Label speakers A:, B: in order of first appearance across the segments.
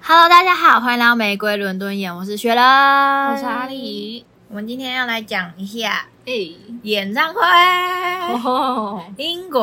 A: Hello，大家好，欢迎来到玫瑰伦敦眼，我是雪人，我
B: 我是阿。里。
A: 我们今天要来讲一下
B: 哎，
A: 演唱 会，
B: 哦，
A: 英国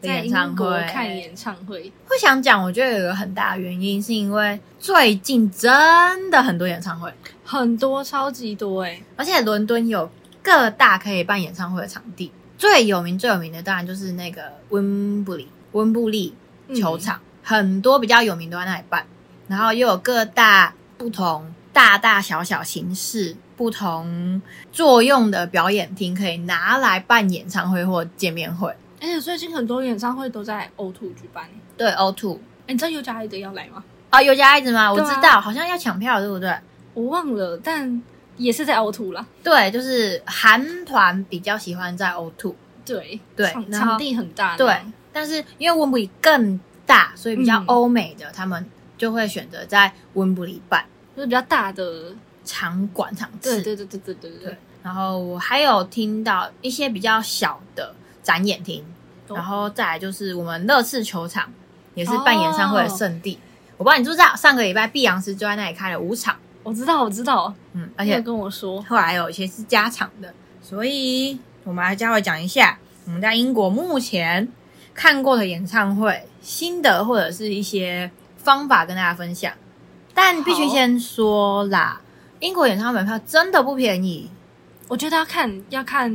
A: 的
B: 在
A: 演
B: 英
A: 唱
B: 国
A: 会。
B: 看演唱会，
A: 会想讲，我觉得有一个很大的原因，是因为最近真的很多演唱会，
B: 很多超级多哎，
A: 而且伦敦有各大可以办演唱会的场地，最有名最有名的当然就是那个温布里温布利
B: 嗯
A: 球场，很多比较有名都在那里办，然后又有各大不同大大小小形式、不同作用的表演厅可以拿来办演唱会或见面会。
B: 嗯而且最近很多演唱会都在 O Two 举办。
A: 对，O two
B: 哎，你知道尤加里德要来吗？
A: 啊，有加一直吗？我
B: 对啊
A: 知道，好像要抢票，对不对？
B: 我忘了，但也是在 O Two 啦。
A: 对，就是韩团比较喜欢在 O two，
B: 对
A: 对
B: 场
A: 然后
B: 场地很大。
A: 对，但是因为温布里更大，所以比较
B: 嗯
A: 欧美的、他们就会选择在温布里办
B: 就是比较大的。
A: 场馆场次。
B: 对对对对对对对
A: 对。然后我还有听到一些比较小的展演厅，
B: 哦
A: 然后再来就是我们乐视球场也是办演唱会的圣
B: 哦
A: 地。我不知道你知不知道，上个礼拜碧昂斯就在那里开了五场，
B: 我知道，我知道，
A: 嗯，而
B: 你有
A: 且
B: 跟我说，
A: 后来有一些是加场的，所以我们来稍微讲一下我们在英国目前看过的演唱会心得或者是一些方法跟大家分享。但必须
B: 好
A: 先说啦，英国演唱会门票真的不便宜，
B: 我觉得要看要看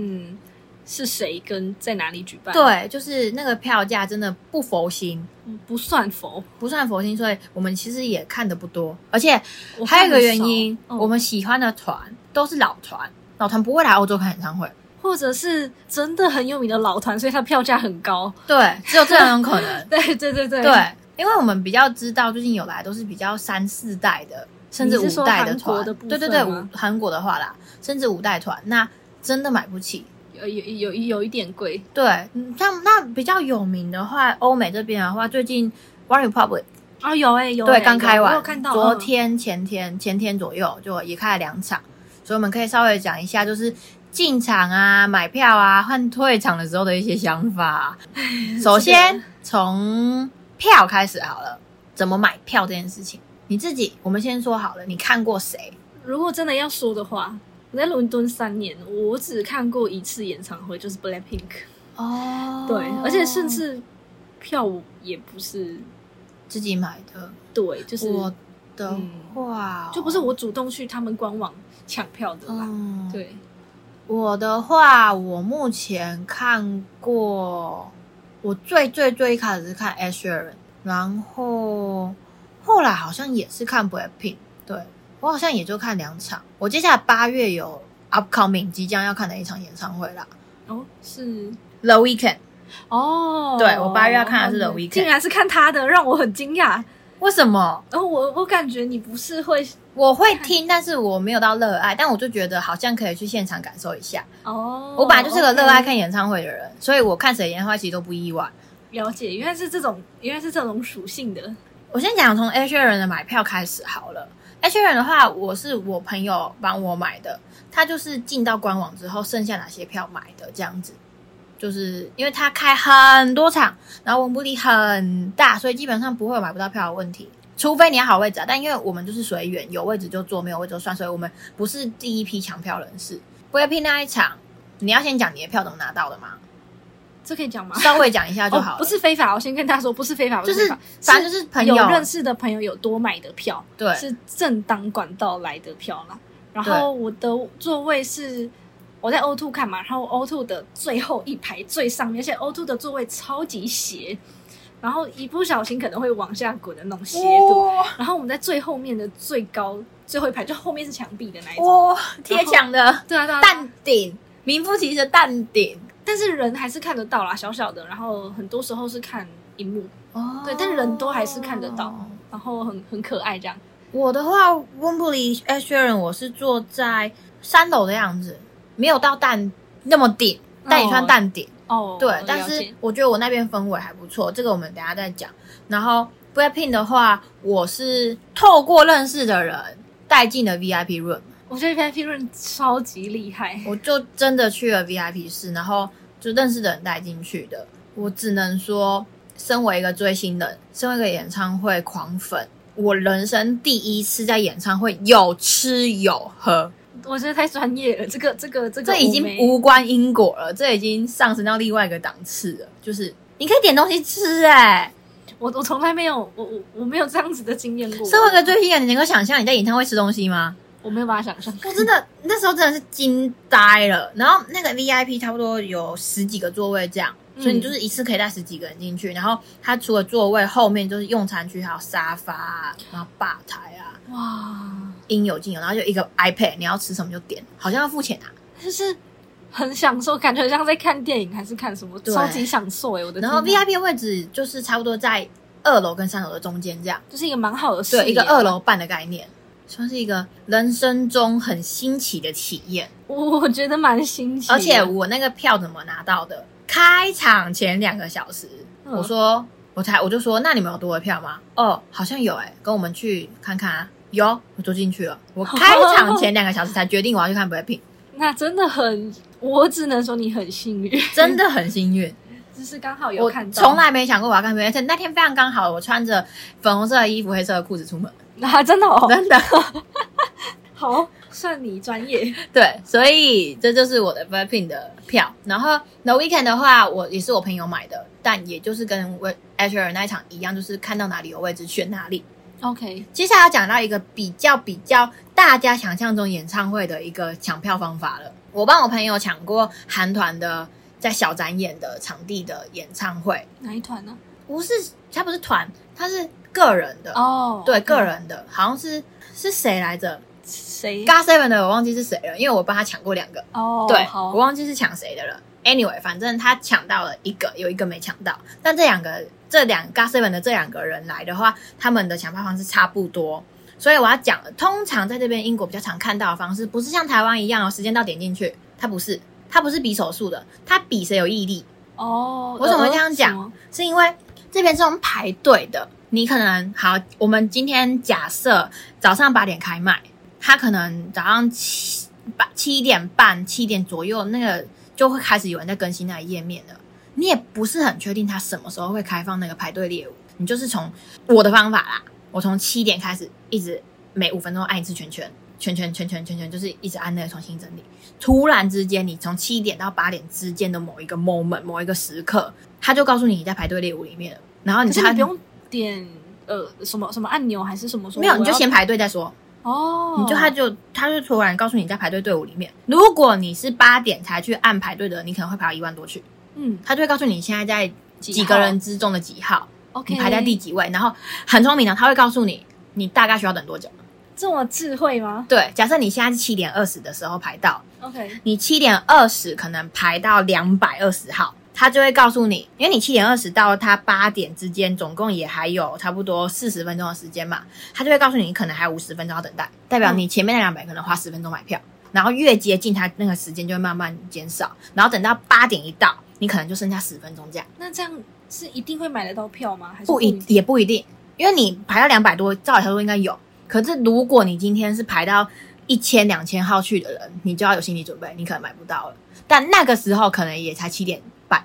B: 是谁跟在哪里举办，，
A: 对，就是那个票价真的不佛心，
B: 嗯不算佛，
A: 不算佛心，所以我们其实也看的不多。而且
B: 我
A: 还有一
B: 看得
A: 个原
B: 少
A: 因，
B: 嗯
A: 我们喜欢的团都是老团，老团不会来欧洲看演唱会。
B: 或者是真的很有名的老团，所以它票价很高。
A: 对，只有这两种可能。
B: 对对 对对
A: 对，因为我们比较知道最近有来都是比较三四代的，甚至
B: 你是
A: 五
B: 说
A: 代
B: 韩国
A: 团。
B: 的部
A: 对对
B: 分
A: 对，五
B: 吗
A: 韩国的话啦，甚至五代团，那真的买不起。
B: 有有有有一点贵。
A: 对，嗯像那比较有名的话，欧美这边的话，最近 One Republic
B: 啊，有哎、有、
A: 对
B: 欸，
A: 刚开
B: 有
A: 完，
B: 我有看到
A: 昨
B: 嗯
A: 天、前天、前天左右就也开了两场，所以我们可以稍微讲一下，就是进场啊、买票啊、换退场的时候的一些想法。首先从票开始好了，怎么买票这件事情，你自己我们先说好了，你看过谁？
B: 如果真的要说的话，我在伦敦三年，我只看过一次演唱会，就是 Blackpink。
A: 哦
B: 对，而且甚至票也不是
A: 自己买的，
B: 对，就是
A: 我的
B: 嗯
A: 话、哦
B: 就不是我主动去他们官网抢票的啦。
A: 嗯，
B: 对，
A: 我的话，我目前看过，我最最最一开始是看 a s h e r a n 然后后来好像也是看 Blackpink，对我好像也就看两场。我接下来八月有 upcoming 即将要看的一场演唱会啦
B: 哦是
A: ，The Weeknd。
B: 哦，
A: 对我八月要看的是 The
B: 哦
A: Weeknd
B: 竟然是看他的，让我很惊讶。
A: 为什么
B: 然后我我感觉你不是会
A: 我会听，但是我没有到热爱，但我就觉得好像可以去现场感受一下。
B: 哦，
A: 我本来就是个热爱
B: OK
A: 看演唱会的人，所以我看谁的演唱会其实都不意外。
B: 了解，原来是这种，原来是这种属性的。
A: 我先讲从 H 人的买票开始好了。H 人的话，我是我朋友帮我买的，他就是进到官网之后，剩下哪些票买的这样子。就是因为他开很多场，然后文布利很大，所以基本上不会有买不到票的问题，除非你要好位置啊。但因为我们就是随缘，有位置就坐，没有位置就算，所以我们不是第一批抢票人士。VIP 那一场，你要先讲你的票怎么拿到 的吗？
B: 这可以讲吗？
A: 稍微讲一下就好了。
B: 哦，不是非法。我先跟大家说，不是非法，
A: 就
B: 不是
A: 是
B: 非法
A: 反正就是朋友
B: 有认识的朋友有多买的票，
A: 对
B: 是正当管道来的票啦。然
A: 对
B: 后我的座位是我在 O two 看嘛，然后 O two 的最后一排最上面，而且 O two 的座位超级斜，然后一不小心可能会往下滚的那种斜度。
A: 哇
B: 然后我们在最后面的最高最后一排，就后面是墙壁的那一种。
A: 哇贴墙的。
B: 对啊，对啊，对啊
A: 蛋顶，名副其实的蛋顶。
B: 但是人还是看得到啦，小小的，然后很多时候是看荧幕，
A: 哦
B: 对但人都还是看得到然后很很可爱这样。
A: 我的话，温布里 a s h e r a n 我是坐在三楼的样子，没有到蛋那么顶，但也算蛋顶。
B: 哦，
A: 对
B: 了，
A: 但是
B: 解
A: 我觉得我那边氛围还不错，这个我们等一下再讲。然后 Blackpink 的话，我是透过认识的人带进了 VIP room，
B: 我觉得 VIP 润超级厉害，
A: 我就真的去了 VIP 室，然后就认识的人带进去的。我只能说，身为一个追星人，身为一个演唱会狂粉，我人生第一次在演唱会有吃有喝，
B: 我觉得太专业了，这个这个这个
A: 这已经
B: 没
A: 无关因果了，这已经上升到另外一个档次了。就是你可以点东西吃、哎，
B: 我我从来没有我我我没有这样子的经验过，
A: 身为一个追星人，你能够想象你在演唱会吃东西吗？
B: 我没有办法想象。
A: 我真的那时候真的是惊呆了。然后那个 VIP 差不多有十几个座位这样，
B: 嗯
A: 所以你就是一次可以带十几个人进去。然后它除了座位，后面就是用餐区，还有沙发、啊，然后吧台啊，
B: 哇，
A: 应有尽有。然后就一个 iPad，你要吃什么就点，好像要付钱啊。
B: 就是很享受，感觉很像在看电影还是看什么，
A: 对
B: 超级享受哎、我的天
A: 然
B: 哪。
A: 后 VIP 的位置就是差不多在二楼跟三楼的中间这样，
B: 就是一啊个蛮好的事，
A: 对，一个二。楼半的概念，算是一个人生中很新奇的体验。
B: 我我觉得蛮新奇的，
A: 而且我那个票怎么拿到的？开场前两个小时，
B: 嗯
A: 我说我才我就说，那你们有多的票吗？哦，好像有诶、跟我们去看看啊。有，我就进去了。我开场前两个小时才决定我要去看 BLACKPINK，
B: 那真的很，我只能说你很幸运，
A: 真的很幸运。
B: 只是刚好嗯有
A: 我
B: 看到，
A: 从来没想过我要看 BLACKPINK，而且那天非常刚好，我穿着粉红色的衣服、黑色的裤子出门，
B: 啊，真的哦，
A: 真的。
B: 好，算你专业，
A: 对，所以这就是我的 Blackpink 的票。然后 The Weekend 的话，我也是我朋友买的，但也就是跟 H R 那一场一样，就是看到哪里有位置选哪里。
B: OK，
A: 接下来要讲到一个比较比较大家想象中演唱会的一个抢票方法了。我帮我朋友抢过韩团的在小展演的场地的演唱会，
B: 哪一团呢、
A: 不是他不是团，他是个人的，
B: 哦，
A: 对个人的，好像是是谁来着
B: 谁？
A: ？God Seven 的我忘记是谁了，因为我帮他抢过两个。
B: 哦，
A: 对，
B: 好
A: 我，忘记是抢谁的了。Anyway，反正他抢到了一个，有一个没抢到。但这两个这两 g o s e v e n 的这两个人来的话，他们的抢票方式差不多。所以我要讲，通常在这边英国比较常看到的方式，不是像台湾一样哦，时间到点进去，它不是，它不是比手速的，它比谁有毅力，
B: 哦，
A: 我怎么会这样讲
B: 呃？什么
A: 是因为这边是用排队的。你可能好，我们今天假设早上八点开卖，他可能早上七八七点半、七点左右，那个就会开始有人在更新那个页面了。你也不是很确定他什么时候会开放那个排队列伍，你就是从我的方法啦，我从七点开始，一直每五分钟按一次圈圈，圈圈圈圈圈圈，就是一直按那个重新整理。突然之间，你从七点到八点之间的某一个 moment，某一个时刻，他就告诉你你在排队列伍里面了，然后你
B: 可是
A: 才
B: 你不用点呃什么什么按钮还是什么？说
A: 没有，
B: 我
A: 你就
B: 要
A: 先排队再说。
B: 哦，
A: 你就他就他就突然告诉你在排队队伍里面，如果你是八点才去按排队的，你可能会排到一万多去，
B: 嗯
A: 他就会告诉你现在在几
B: 号
A: 个人之中的几号，
B: OK
A: 你排在第几位，然后很聪明的，他会告诉你你大概需要等多久。
B: 这么智慧吗
A: 对，假设你现在是七点二十的时候排到，
B: ？OK，
A: 你七点二十可能排到两百二十号，他就会告诉你，因为你七点二十到他八点之间，总共也还有差不多四十分钟的时间嘛，他就会告诉你，你可能还有五十分钟要等待，代表你前面那两百可能花十分钟买票，然后越接近他那个时间就会慢慢减少，然后等到八点一到，你可能就剩下十分钟这样，
B: 那这样是一定会买得到票吗？还是
A: 不一
B: 定？
A: 也不一定，因为你排到两百多，照理来说应该有，可是如果你今天是排到一千两千号去的人，你就要有心理准备，你可能买不到了。但那个时候可能也才七点半，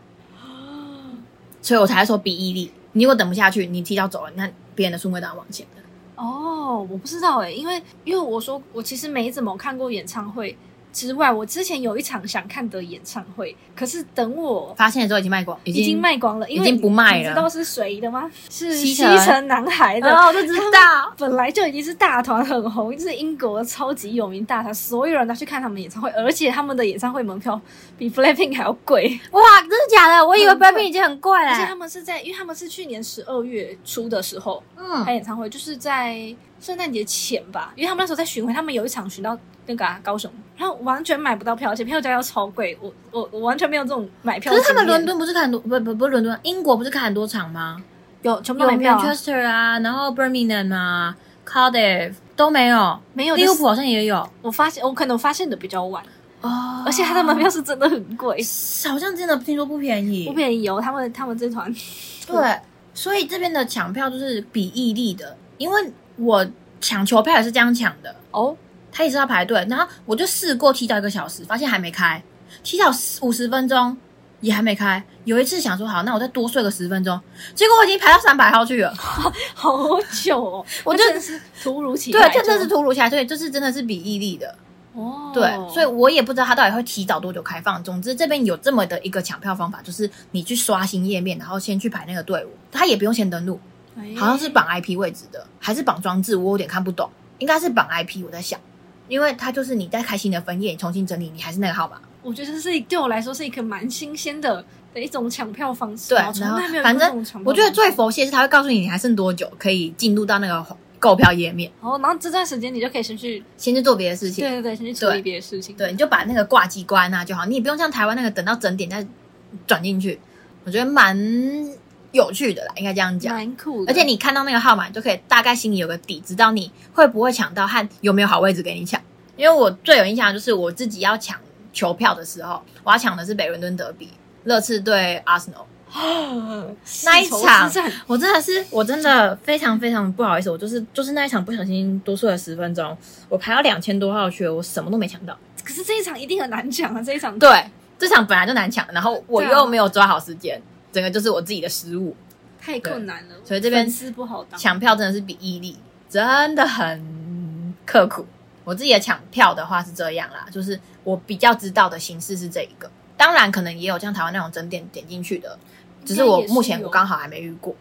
A: 所以我才说比毅力。你如果等不下去，你提早走了，那别人的顺位当然往前的。
B: 哦，我不知道哎、因为因为我说我其实没怎么看过演唱会之外，我之前有一场想看的演唱会，可是等我
A: 发现的时候已经卖光，已
B: 已
A: 经
B: 经卖光了，因为
A: 已经不卖了
B: 你知道是谁的吗？是
A: 西
B: 西
A: 城
B: 城男孩的。
A: 哦，我就知道。
B: 本来就已经是大团很红，就是英国超级有名大团，所有人都去看他们演唱会，而且他们的演唱会门票比 Blackpink 还要贵。
A: 哇，真的假的？我以为
B: 很贵
A: Blackpink 已经很贵
B: 嗯而且
A: 了欸
B: 他。们是在，因为他们是去年十二月初的时候开
A: 嗯，
B: 演唱会，就是在圣诞节前吧，因为他们那时候在巡回，他们有一场巡到那个、啊、高雄，然后完全买不到票，而且票价要超贵，我我我完全没有这种买票
A: 可
B: 经
A: 是
B: 验。
A: 他们伦敦不是开很多，不不不是伦敦，英国不是开很多场吗？
B: 有全部
A: 有
B: 都买票啊、
A: Manchester 啊，然后 Birmingham 啊，Cardiff 都没有，
B: 没有
A: 利物
B: 就是
A: 浦好像也有
B: 我发现我可能发现的比较晚，
A: 哦
B: 而且他的门票是真的很贵，
A: 好像真的听说不便宜，
B: 不便宜哦。他们他们这团
A: 对，所以这边的抢票就是比毅力的，因为我抢球票也是这样抢的，
B: 哦，
A: 他也是要排队，然后我就试过提早一个小时，发现还没开，提早五十分钟，也还没开。有一次想说好，那我再多睡个十分钟，结果我已经排到三百号去 了。
B: 好久哦，
A: 我
B: 那
A: 就
B: 真的是突如其
A: 对
B: 来，，
A: 这真的是突如其来，所以这是真的是比毅力的。
B: 哦，
A: 对，所以我也不知道它到底会提早多久开放。总之这边有这么的一个抢票方法，就是你去刷新页面，然后先去排那个队伍，它也不用先登录，
B: 哎
A: 好像是绑 IP 位置的，还是绑装置，我有点看不懂，应该是绑 IP，我在想。因为它就是你在开新的分页，你重新整理，你还是那个号码。
B: 我觉得这是对我来说是一个蛮新鲜的的一种抢票方式，
A: 对
B: 然后从
A: 然后
B: 来没有
A: 反
B: 用
A: 正
B: 这种抢票方式。
A: 我觉得最佛系的是，它会告诉你你还剩多久可以进入到那个购票页面，
B: 哦，然后这段时间你就可以先去，
A: 先去做别的事情
B: 对。对对，先去处
A: 对
B: 理别的事情。
A: 对，你就把那个挂机关啊就好，你也不用像台湾那个等到整点再转进去，我觉得蛮有趣的啦，应该这样讲。
B: 蛮酷的，
A: 而且你看到那个号码，你就可以大概心里有个底，知道你会不会抢到和有没有好位置给你抢。因为我最有印象的就是我自己要抢球票的时候，我要抢的是北伦敦德比，热刺对阿森纳。那一
B: 丝绸
A: 场
B: 之战
A: 我真的是，我真的非常非常不好意思，我就是就是那一场不小心多睡了十分钟，我排到两千多号去了，我什么都没抢到。
B: 可是这一场一定很难抢啊！这一场
A: 对，这场本来就难抢，然后我
B: 对啊
A: 又没有抓好时间，整个就是我自己的失误。
B: 太困难了，
A: 所以这边
B: 粉丝不好当。
A: 抢票真的是比毅力，真的很刻苦。我自己的抢票的话是这样啦，就是我比较知道的形式是这一个，当然可能也有像台湾那种整点点进去的，只是我
B: 应该也是
A: 目前
B: 有
A: 我刚好还没遇过。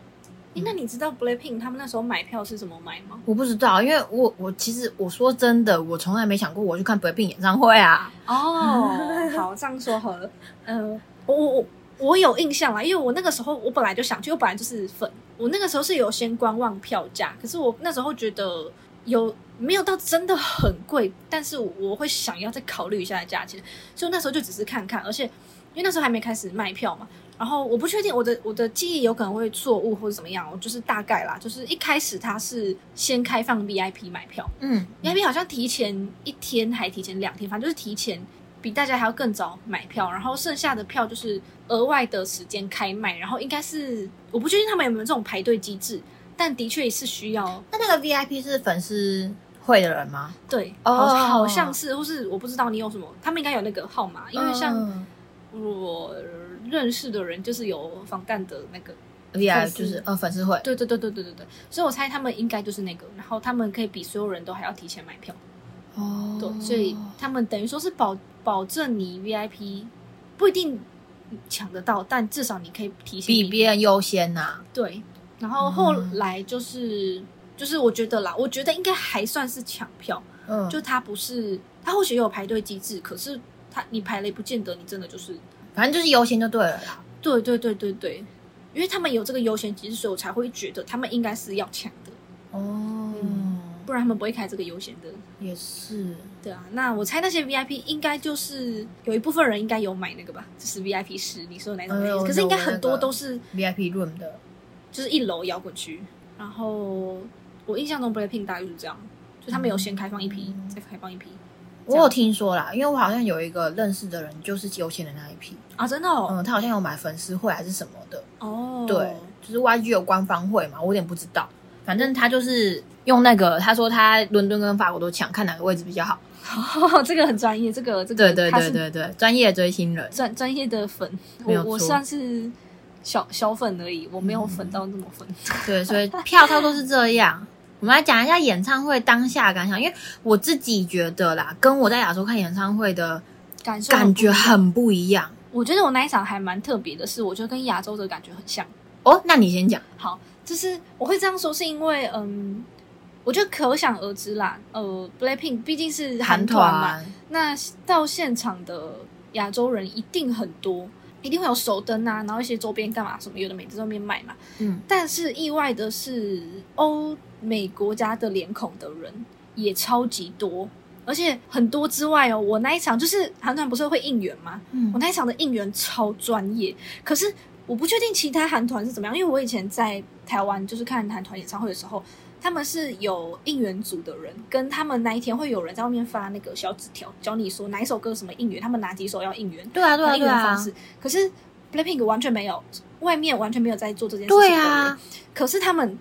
B: 诶那你知道 Blackpink 他们那时候买票是怎么买吗？
A: 我不知道，因为我我其实我说真的，我从来没想过我去看 BLACKPINK 演唱会啊。
B: 哦，好，这样说好了。呃，我我我我有印象啦，因为我那个时候我本来就想去，我本来就是粉，我那个时候是有先观望票价，可是我那时候觉得有没有到真的很贵，但是我会想要再考虑一下价钱，所以那时候就只是看看，而且因为那时候还没开始卖票嘛。然后我不确定我的我的记忆有可能会错误或者怎么样，我就是大概啦，就是一开始它是先开放 VIP 买票，
A: 嗯，
B: 杨斌好像提前一天还提前两天，反正就是提前比大家还要更早买票，然后剩下的票就是额外的时间开卖，然后应该是我不确定他们有没有这种排队机制，但的确是需要
A: 那那个 VIP 是粉丝会的人吗？
B: 对，
A: 哦
B: 好好像是，或是我不知道你有什么，他们应该有那个号码，因为像
A: 嗯
B: 我认识的人就是有防弹的那个
A: VIP
B: 粉丝
A: 就是呃粉丝会，
B: 对对对对对对对，所以我猜他们应该就是那个，然后他们可以比所有人都还要提前买票。
A: 哦
B: 对，所以他们等于说是保保证你 VIP 不一定抢得到，但至少你可以提前
A: 比别人优先呐、
B: 对。然后后来就是、就是我觉得啦，我觉得应该还算是抢票，
A: 嗯，就
B: 就它不是它或许有排队机制，可是它你排了也不见得你真的就是
A: 反正就是优先就对了啦。
B: 对对对对对，因为他们有这个优先机制，所以我才会觉得他们应该是要抢的，
A: 哦，
B: 不然他们不会开这个优先的。
A: 也是，
B: 对啊，那我猜那些 VIP 应该就是有一部分人应该有买那个吧，就是 VIP 室，你说的那种
A: 哎
B: VIP
A: 呦
B: 室，可是应该很
A: 有那
B: 多
A: 个
B: 都是
A: VIP room 的，
B: 就是一楼摇滚区。然后我印象中 Blackpink 大概就是这样，就他们有先开放一批，
A: 嗯
B: 再开放一批
A: 我有听说啦，因为我好像有一个认识的人就是优先的那一批，
B: 啊，真的哦，
A: 嗯，他好像有买粉丝会还是什么的，嗯
B: 哦，
A: 对，就是 YG 有官方会嘛，我有点不知道，反正他就是用那个，他说他伦敦跟法国都抢，看哪个位置比较好。
B: 这个很专业，这个这个
A: 对对
B: 他
A: 对
B: 是
A: 对对，专业追星人，
B: 专专业的粉，
A: 没有
B: 我我
A: 错嗯
B: 算是小小粉而已，我没有粉到那么粉。
A: 对，所以票差不多是这样。我们来讲一下演唱会当下的感想，因为我自己觉得啦，跟我在亚洲看演唱会的
B: 感受
A: 感
B: 不一
A: 觉
B: 样，
A: 很不一样。
B: 我觉得我那一场还蛮特别的是，我觉得跟亚洲的感觉很像。
A: 哦，那你先讲。
B: 好，就是我会这样说，是因为嗯，我觉得可想而知啦。呃，Blackpink 毕竟是韩团嘛，那到现场的亚洲人一定很多，一定会有手灯啊，然后一些周边干嘛什么，有的每次都边卖嘛。
A: 嗯，
B: 但是意外的是，欧美国家的脸孔的人也超级多，而且很多之外哦，我那一场就是韩团不是会应援吗？
A: 嗯
B: 我那一场的应援超专业，可是我不确定其他韩团是怎么样，因为我以前在台湾就是看韩团演唱会的时候，他们是有应援组的人，跟他们那一天会有人在外面发那个小纸条，教你说哪一首歌什么应援，他们哪几首要应援，
A: 对啊，对啊，
B: 应
A: 对
B: 援
A: 啊
B: 方，式。可是 BLACKPINK 完全没有，外面完全没有在做这件事情。
A: 对啊，，
B: 可是他们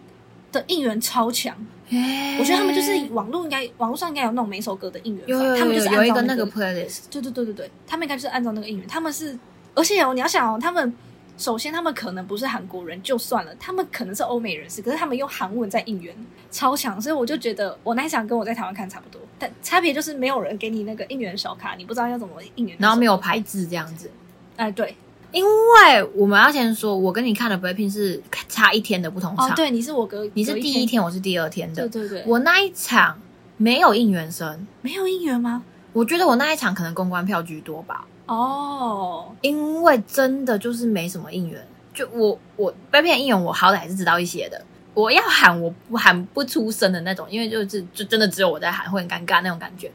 B: 的应援超强，
A: 我
B: 我觉得他们就是网络应该网络上应该有那种每首歌的应援
A: 有
B: 法，
A: 哎有
B: 他们
A: 有
B: 就
A: 有
B: 是
A: 有
B: 按
A: 一
B: 照
A: 个
B: 那
A: 那个 playlist，
B: 对对对对对，他们应该就是按照那个应援，他们是而且哦，你要想哦，他们首先他们可能不是韩国人就算了，他们可能是欧美人士，可是他们用韩文在应援，超强。所以我就觉得我那一场跟我在台湾看差不多，但差别就是没有人给你那个应援小卡，你不知道要怎么应援。
A: 然后没
B: 有，
A: 有牌子这样子。
B: 哎，对，
A: 因为我们要先说，我跟你看的 Blackpink 是差一天的不同场，
B: 哦，对，你是我隔，
A: 你是
B: 隔
A: 第
B: 一
A: 一，天，我是第二天
B: 对
A: 的。
B: 对对，
A: 我那一场没有应援声，
B: 没有应援吗？
A: 我觉得我那一场可能公关票居多吧，
B: 哦，
A: 因为真的就是没什么应援。就我我 Blackpink 的应援，我好歹是知道一些的。我要喊我不喊不出声的那种，因为就是就真的只有我在喊，会很尴尬那种感觉。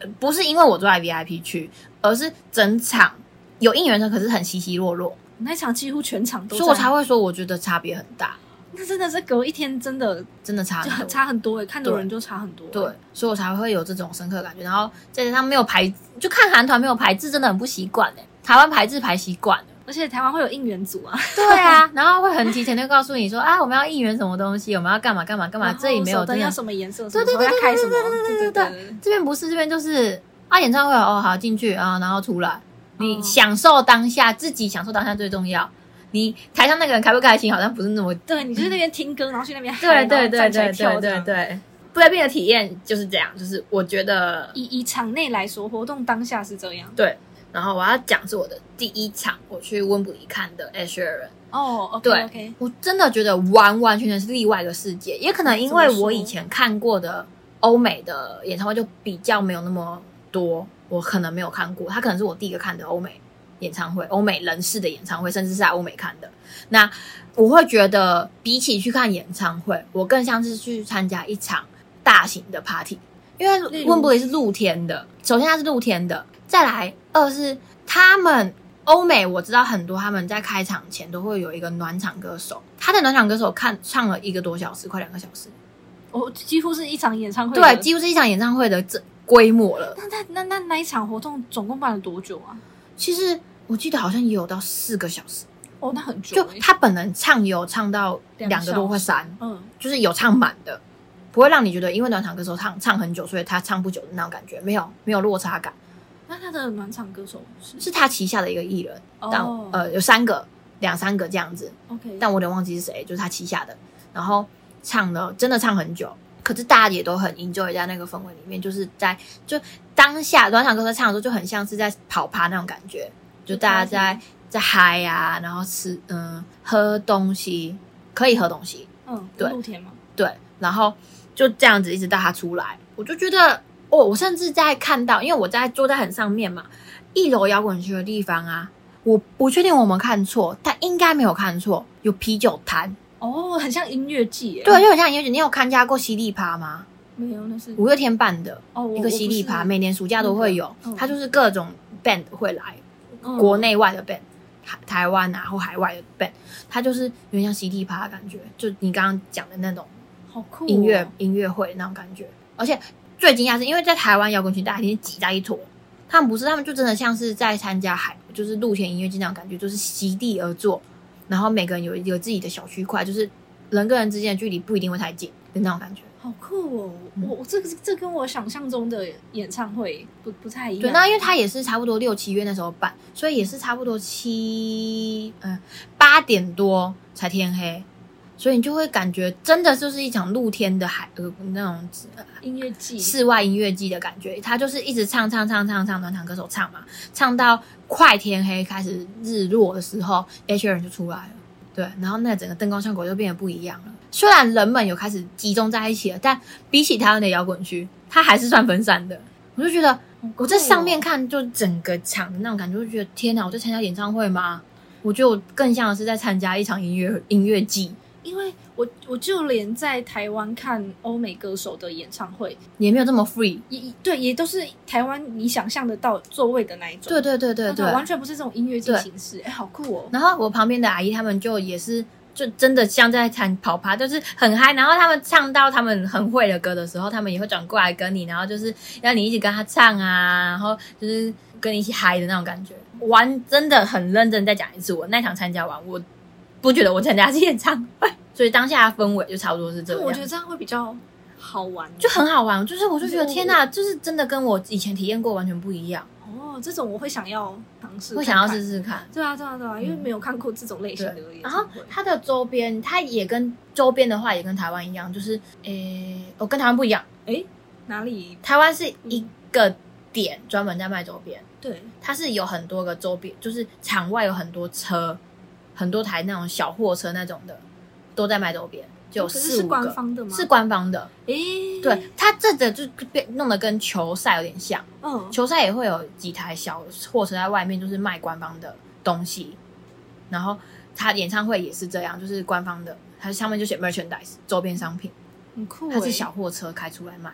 A: 呃不是因为我坐在 VIP 区，而是整场有应援声，可是很稀稀落落，
B: 那一场几乎全场都
A: 所
B: 在，
A: 以我才会说我觉得差别很大，
B: 那真的是隔一天，真的
A: 真的差
B: 就
A: 很
B: 很
A: 多。
B: 差很多欸诶，看的
A: 对
B: 人就差很多。欸
A: 对，，所以我才会有这种深刻的感觉。然后再加上没有排，就看韩团没有排字，真的很不习惯哎。台湾排字排习惯了，
B: 而且台湾会有应援组啊，
A: 对啊， 然后会很提前就告诉你说啊，我们要应援什么东西，我们要干嘛干嘛干嘛，
B: 然后
A: 这里没有
B: 手
A: 真
B: 灯要
A: 的，
B: 什么颜色，
A: 对
B: 什么时候
A: 对对
B: 要开什么，
A: 对对对
B: 对
A: 对
B: 对。
A: 这边不是，这边就是啊，演唱会哦，好进去啊，然后出来，你
B: 哦
A: 享受当下，自己享受当下最重要。你台上那个人开不开心，好像不是那么
B: 对，你就是那边听歌，然后去那边嗨
A: 对对
B: 然后
A: 对
B: 站起来
A: 对
B: 跳
A: 对
B: 这
A: 对
B: 样
A: 对，不来病的体验就是这样，就是我觉得
B: 以以场内来说，活动当下是这样。
A: 对，然后我要讲是我的第一场我去温布里看的 a s h e r
B: 哦，OK
A: 对
B: OK，
A: 我真的觉得完完全全是另外一个世界，也可能因为我以前看过的欧美的演唱会就比较没有那么多，我可能没有看过，他可能是我第一个看的欧美演唱会，欧美人士的演唱会，甚至是在欧美看的。那我会觉得，比起去看演唱会，我更像是去参加一场大型的 party，因
B: 例
A: 为
B: 如
A: 温布里是露天的，首先它是露天的，再来二是他们欧美我知道很多他们在开场前都会有一个暖场歌手，他的暖场歌手看唱了一个多小时，快两个小时，
B: 我几乎是一场演唱会的。
A: 对，几乎是一场演唱会的这规模了。
B: 那那那那那一场活动总共办了多久啊？
A: 其实我记得好像也有到四个小时，
B: 哦，那很久
A: 就
B: 欸。
A: 他本人唱有唱到
B: 两
A: 两个多或
B: 小时
A: 三，
B: 嗯，
A: 就是有唱满的，不会让你觉得因为暖场歌手唱唱很久，所以他唱不久的那种感觉，没有没有落差感，
B: 那他的暖场歌手是
A: 是他旗下的一个艺人，但、
B: 哦
A: 呃有三个两三个这样子，
B: OK，
A: 但我有点忘记是谁，就是他旗下的，然后唱了真的唱很久，可是大家也都很 enjoy 在那个氛围里面，就是在就当下暖场歌手唱的时候就很像是在跑趴那种感觉，就大家在在嗨呀、然后吃嗯喝东西，可以喝东西，
B: 嗯，
A: 对
B: 露天嘛，
A: 对，然后就这样子一直到他出来，我就觉得哦，我甚至在看到，因为我在坐在很上面嘛，一楼摇滚区的地方啊，我不确定我们看错，但应该没有看错，有啤酒摊，
B: 哦，很像音乐季欸。
A: 对，就很像音乐节。你有参加过犀利趴吗？
B: 没有，那是
A: 五月天办的
B: 哦，我
A: 一个犀利趴，每年暑假都会有
B: 那个嗯，
A: 它就是各种 band 会来，国
B: 国
A: 内外的 band，台台湾啊或海外的 band，它就是有点像犀利趴的感觉，就你刚刚讲的那种。
B: 好酷哦
A: 音乐、音乐会那种感觉。而且最惊讶是因为在台湾摇滚群大家已经挤在一坨，他们不是，他们就真的像是在参加海，就是露天音乐节那种感觉，就是席地而坐，然后每个人有有自己的小区块，就是人跟人之间的距离不一定会太近的那种感觉。
B: 好酷哦！
A: 嗯
B: 我我这个这跟我想象中的演唱会不不太一样。
A: 对，那因为它也是差不多六七月那时候办，所以也是差不多七嗯八点多才天黑。所以你就会感觉真的就是一场露天的海呃那种
B: 音乐季
A: 室外音乐季的感觉，他就是一直唱唱唱唱唱，暖场歌手唱嘛，唱到快天黑开始日落的时候，H 人就出来了。对，然后那整个灯光效果就变得不一样了。虽然人们有开始集中在一起了，但比起台湾的摇滚区，它还是算分散的。我就觉得
B: 好酷哦
A: 我在上面看，就整个场的那种感觉，我就觉得天哪，我在参加演唱会吗？我觉得我更像是在参加一场音乐音乐季，
B: 因为我我就连在台湾看欧美歌手的演唱会，
A: 也没有这么 free。
B: 也也对，也都是台湾你想象得到座位的那一种。
A: 对对对对
B: 那
A: 对，
B: 完全不是这种音乐季
A: 对
B: 形式，哎，好酷哦！
A: 然后我旁边的阿姨他们就也是，就真的像在弹跑趴，就是很嗨。然后他们唱到他们很会的歌的时候，他们也会转过来跟你，然后就是让你一起跟他唱啊，然后就是跟你一起嗨的那种感觉。玩真的很认真，再讲一次，我那场参加完，我不觉得我参加是演唱会，所以当下的氛围就差不多是这
B: 那
A: 个
B: 我
A: 样
B: 觉
A: 子
B: 得。这样会比较好玩，
A: 就很好玩，就是我就觉得
B: 就是我
A: 天哪，就是真的跟我以前体验过完全不一样。
B: 哦，哦，这种我会想要尝试，
A: 我想要试。试看。
B: 对啊，对啊，对啊，因为没有看过这种类型的演
A: 然
B: 唱
A: 后
B: 会。
A: 它的周边，它也跟周边的话也跟台湾一样，就是诶，我、哦、跟台湾不一样，
B: 哎，哪里？
A: 台湾是一个点专门在卖周边，
B: 对，
A: 它是有很多个周边，就是场外有很多车，很多台那种小货车那种的都在卖周边，就有
B: 哦可
A: 四
B: 是
A: 五
B: 是
A: 个
B: 官方的吗？
A: 是，官方的，
B: 哎，
A: 对，它这个就被弄得跟球赛有点像。
B: 嗯，
A: 球赛也会有几台小货车在外面，就是卖官方的东西。然后他演唱会也是这样，就是官方的，它上面就写 merchandise 周边商品，
B: 很酷。欸
A: 它是，小货车开出来卖。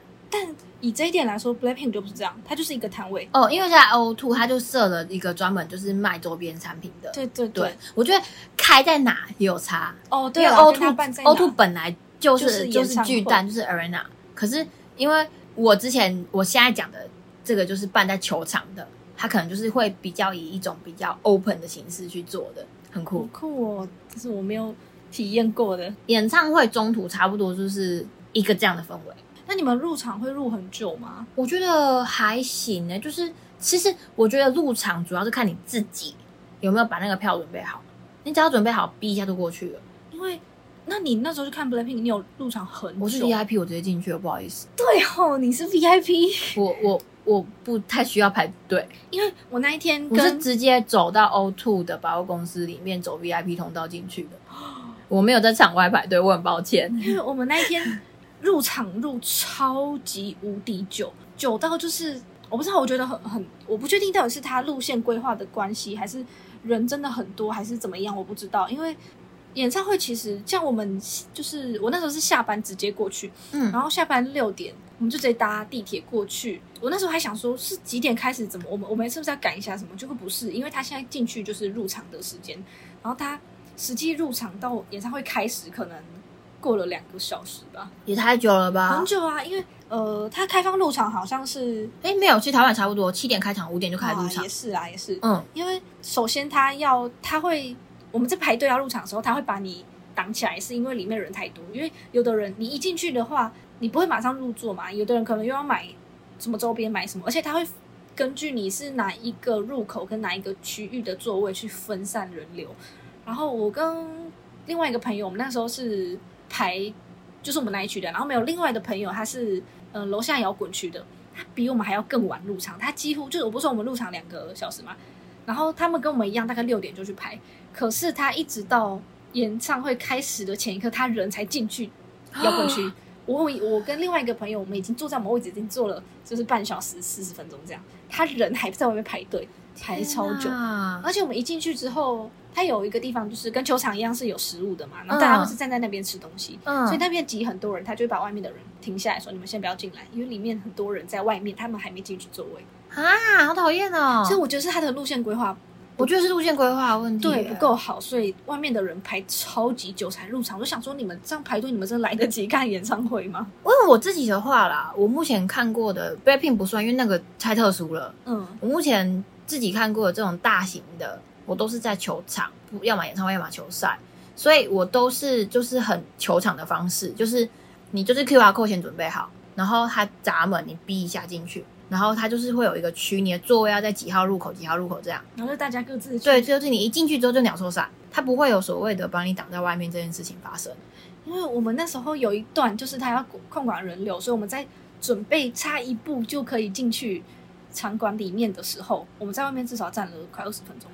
B: 以这一点来说，Blackpink 就不是这样，它就是一个摊位。
A: 哦，因为现在 O Two 它就设了一个专门就是卖周边产品的。
B: 对对
A: 对，我觉得开在哪也有差，
B: 哦，
A: 因
B: 对
A: 为
B: 啊
A: O
B: 跟
A: Two
B: 它办在
A: O
B: 哪
A: Two 本来就
B: 就是是
A: 就
B: 演
A: 是
B: 唱会
A: 巨蛋，就是 Arena。可是因为我之前我现在讲的这个就是办在球场的，它可能就是会比较以一种比较 open 的形式去做的，很
B: 好
A: 酷。
B: 酷哦，这是我没有体验过的。
A: 演唱会中途差不多就是一个这样的氛围，
B: 那你们入场会入很久吗？
A: 我觉得还行呢、就是其实我觉得入场主要是看你自己有没有把那个票准备好，你只要准备好，逼一下就过去了。
B: 因为，那你那时候去看 Blackpink，你有入场很久？
A: 我是 VIP，我直接进去了，不好意思，
B: 对 哦，你是 VIP，
A: 我我我不太需要排队。
B: 因为我那一天
A: 我是
B: 跟
A: 直接走到 O Two 的百货公司里面，走 VIP 通道进去的。我没有在场外排队，我很抱歉。
B: 因为我们那一天入场入超级无敌久，久到就是我不知道，我觉得很很，我不确定到底是他路线规划的关系，还是人真的很多，还是怎么样，我不知道。因为演唱会其实像我们就是我那时候是下班直接过去，
A: 嗯，
B: 然后下班六点我们就直接搭地铁过去。我那时候还想说是几点开始，怎么我们我们是不是要赶一下什么？结果不是，因为他现在进去就是入场的时间，然后他实际入场到演唱会开始可能过了两个小时吧，
A: 也太久了吧
B: 很？久啊，因为呃，他开放入场好像是
A: 哎、没有，其实台湾差不多七点开场，五点就开始入
B: 啊
A: 场
B: 也。是啊，也是，
A: 嗯，
B: 因为首先他要他会我们在排队要入场的时候，他会把你挡起来，是因为里面人太多。因为有的人你一进去的话，你不会马上入座嘛，有的人可能又要买什么周边买什么，而且他会根据你是哪一个入口跟哪一个区域的座位去分散人流。然后我跟另外一个朋友，我们那时候是排就是我们那一区的，然后没有另外的朋友，他是呃楼下摇滚区的。他比我们还要更晚入场，他几乎就是我不是说我们入场两个小时嘛，然后他们跟我们一样，大概六点就去排，可是他一直到演唱会开始的前一刻，他人才进去摇滚区。我我跟另外一个朋友，我们已经坐在我们位置，已经坐了就是半小时四十分钟这样，他人还在外面排队，排超久
A: 天。哪
B: 而且我们一进去之后，它有一个地方就是跟球场一样是有食物的嘛，然后大家会是站在那边吃东西，
A: 嗯
B: 所以那边挤很多人，他就会把外面的人停下来说：“你们先不要进来，因为里面很多人在外面，他们还没进去座位。
A: 啊，好讨厌哦！
B: 所以我觉得是他的路线规划
A: 我觉得是路线规划的问题，
B: 对不。够好，所以外面的人排超级久才入场。我想说，你们这样排队，你们真的来得及看演唱会吗？
A: 因为我自己的话啦，我目前看过的 Blackpink 不算，因为那个太特殊了。
B: 嗯，
A: 我目前自己看过的这种大型的，我都是在球场，不要么演唱会，要么球赛，所以我都是就是很球场的方式，就是你就是 Q R code 先准备好，然后它闸门你逼一下进去，然后它就是会有一个区，你的座位要在几号入口，几号入口这样。
B: 然后就大家各自去
A: 对，，就是你一进去之后就鸟兽散，它不会有所谓的把你挡在外面这件事情发生。
B: 因为我们那时候有一段就是他要控管人流，所以我们在准备差一步就可以进去场馆里面的时候，我们在外面至少站了快二十分钟，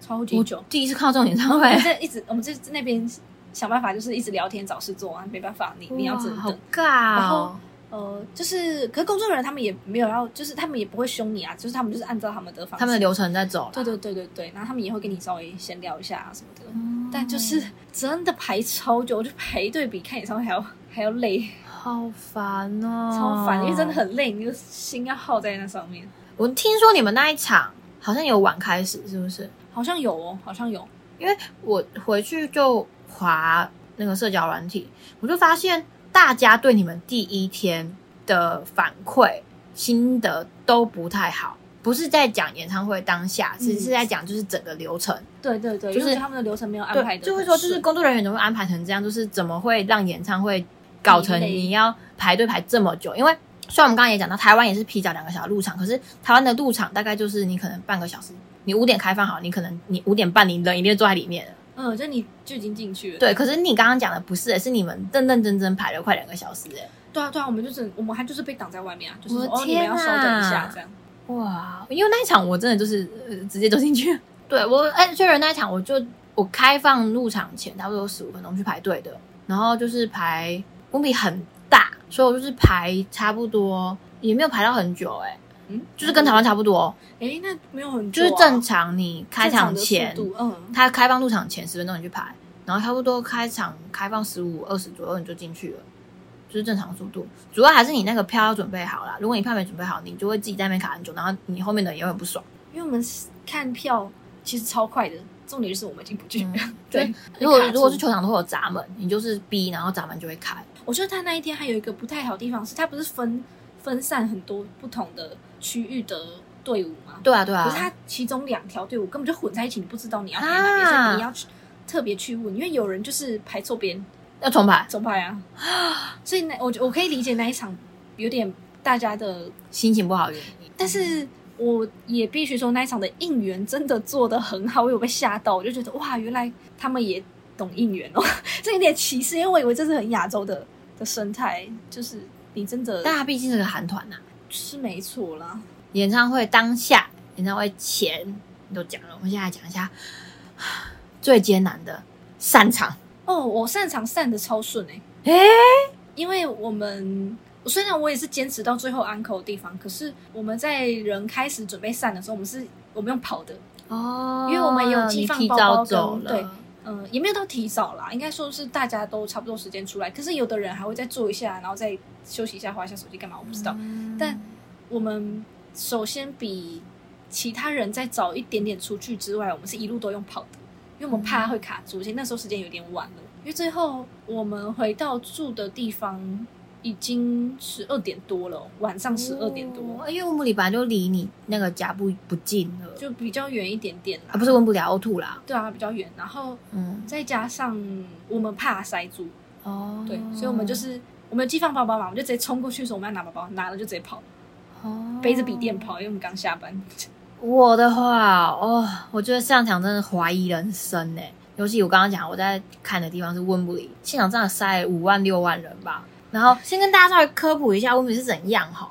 B: 超级
A: 我 哎
B: 久。
A: 第一次看到这种演唱
B: 我
A: 会
B: 们，在一直我们就那边想办法，就是一直聊天找事做啊，没办法，你你要只
A: 哇
B: 能
A: 好
B: 等。
A: 尬
B: 然
A: 哦
B: 后。呃，就是，可是工作人员他们也没有要，就是他们也不会凶你啊，就是他们就是按照他们的方式，
A: 他们的流程在走了，
B: 对对对对对，然后他们也会跟你稍微闲聊一下啊什么的，
A: 嗯，
B: 但就是真的排超久，我就排队比看演唱会还要还要累，
A: 好烦哦，
B: 超烦，因为真的。很累，你的心要耗在那上面。
A: 我听说你们那一场好像有晚开始，是不是？
B: 好像有哦，好像有，
A: 因为我回去就划那个社交软体，我就发现大家对你们第一天的反馈心得都不太好，不是在讲演唱会当下，
B: 嗯
A: 只是在讲就是整个流程。
B: 对对对，
A: 就是
B: 因为他们的流程没有安排
A: 对，
B: 的，
A: 就会说就是工作人员怎么会安排成这样，就是怎么会让演唱会搞成
B: 很累
A: 你要排队排这么久？因为虽然我们刚刚也讲到，台湾也是披脚两个小时入场，可是台湾的入场大概就是你可能半个小时，你五点开放好，你可能你五点半你人一定坐在里面了。
B: 嗯，就你就已经进去了。
A: 对，可是你刚刚讲的不是、是你们认认真真排了快两个小时、欸，
B: 对啊，对啊，我们就是我们还就是被挡在外面啊，就是
A: 我
B: 说
A: 的
B: 哦，你们要稍
A: 天
B: 等一
A: 啊
B: 下这样。
A: 哇！因为那一场我真的就是、呃、直接走进去了， 对我哎，确认那一场我就我开放入场前差不多十五分钟去排队的，然后就是排工比很大，所以我就是排差不多也没有排到很久、欸，哎，
B: 嗯，
A: 就是跟台湾差不多，
B: 哎，那没有很
A: 就
B: 久啊、
A: 是正常你开
B: 正常
A: 场
B: 的速
A: 前
B: 度嗯，
A: 他开放入场前十分钟你去排，然后差不多开场开放十五二十左右你就进去了，就是正常速度。主要还是你那个票要准备好啦，如果你票没准备好，你就会自己在那边卡很久，然后你后面的人也会很不爽。
B: 因为我们看票其实超快的，重点就是我们进不去。
A: 嗯
B: 对，
A: 如果
B: 就卡住
A: 如果是球场都会有闸门，你就是逼，然后闸门就会开。
B: 我觉得他那一天还有一个不太好的地方是，他不是分分散很多不同的区域的队伍吗？
A: 对啊，对啊。
B: 可是他其中两条队伍根本就混在一起，你不知道你要排
A: 啊
B: 哪边，所以你要去特别去问，因为有人就是排错边
A: 要重排，
B: 总排啊， 所以那我我可以理解那一场有点大家的，
A: 心情不好的原因。
B: 但是
A: 嗯
B: 我也必须说那一场的应援真的做的很好，我有被吓到，我就觉得哇，原来他们也懂应援哦， 这有点歧视，因为我以为这是很亚洲的的生态，就是你真的
A: 但他毕竟是个韩团呐、
B: 是没错啦，
A: 演唱会当下、演唱会前你都讲了，我们现在讲一下最艰难的散场。
B: 哦，我擅长散的超顺哎、
A: 哎、
B: 因为我们虽然我也是坚持到最后安口的地方，可是我们在人开始准备散的时候，我们是我们用跑的，
A: 哦，
B: 因为我们有寄
A: 你
B: 放
A: 提
B: 包
A: 早
B: 包
A: 走
B: 跟
A: 了，
B: 对嗯，也没有到提早啦，应该说是大家都差不多时间出来。可是有的人还会再坐一下，然后再休息一下，划一下手机干嘛？我不知道。
A: 嗯
B: 但我们首先比其他人再早一点点出去之外，我们是一路都用跑的，因为我们怕会卡住，而且那时候时间有点晚了。因为最后我们回到住的地方已经十二点多了，晚上十二点多，
A: 哦因为温布里本来就离你那个家不不近了，
B: 就比较远一点点啦。
A: 啊不是温布里呕吐啦，
B: 对啊，比较远。然后
A: 嗯
B: 再加上我们怕塞住，
A: 哦，
B: 对，所以我们就是我们有寄放包包嘛，我们就直接冲过去说我们要拿包包，拿了就直接跑，
A: 哦
B: 背着笔电。跑，因为我们刚下班。
A: 我的话哦，我觉得上场真的怀疑人生呢、尤其我刚刚讲我在看的地方是温布里，现场真的塞了五万六万人吧。然后先跟大家稍微科普一下温布里是怎样哈。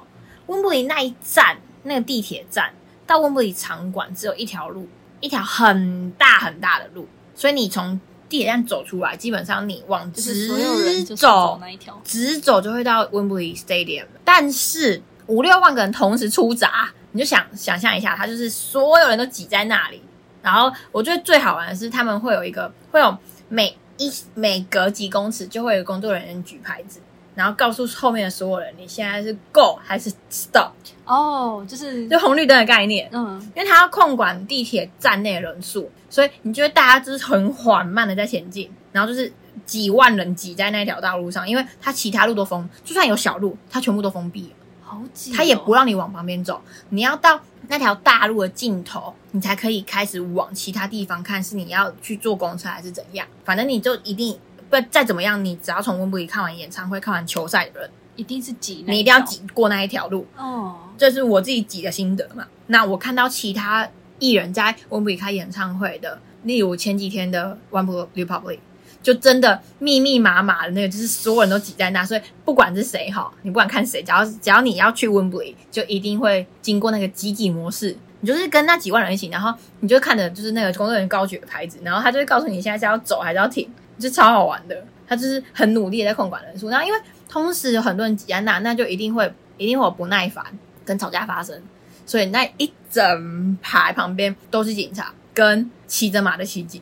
A: 温布里那一站，那个地铁站到温布里场馆只有一条路，一条很大很大的路，所以你从地铁站走出来，基本上你往
B: 就是
A: 直
B: 所有人就是走
A: 走，
B: 那一条，
A: 直走就会到温布利 Stadium，但是五六万个人同时出闸，你就想想象一下，他就是所有人都挤在那里。然后我觉得最好玩的是，他们会有一个会有每一每隔几公尺就会有工作人员举牌子，然后告诉后面的所有人，你现在是 go 还是 stop，
B: 哦，就是
A: 就红绿灯的概念。
B: 嗯，
A: 因为他要控管地铁站内人数，所以你觉得大家就是很缓慢的在前进，然后就是几万人挤在那条道路上，因为他其他路都封，就算有小路，他全部都封闭了，
B: 好挤哦，
A: 他也不让你往旁边走，你要到那条大路的尽头，你才可以开始往其他地方看，是你要去坐公车还是怎样，反正你就一定。不，再怎么样，你只要从温布里看完演唱会、看完球赛的人，
B: 一定是挤，
A: 你一定要，挤过那一条路。
B: 哦，
A: 这是我自己挤的心得嘛。那我看到其他艺人在温布里开演唱会的，例如前几天的 One Republic，就真的密密麻麻的那个，就是所有人都挤在那，所以不管是谁哈，你不管看谁，只要只要你要去温布里，就一定会经过那个挤挤模式。你就是跟那几万人一起，然后你就看着就是那个工作人员高举的牌子，然后他就会告诉你现在是要走还是要停，就超好玩的。他就是很努力的在控管人数，然后因为同时有很多人挤在那，那就一定会一定会有不耐烦，跟吵架发生，所以那一整排旁边都是警察跟骑着马的骑警。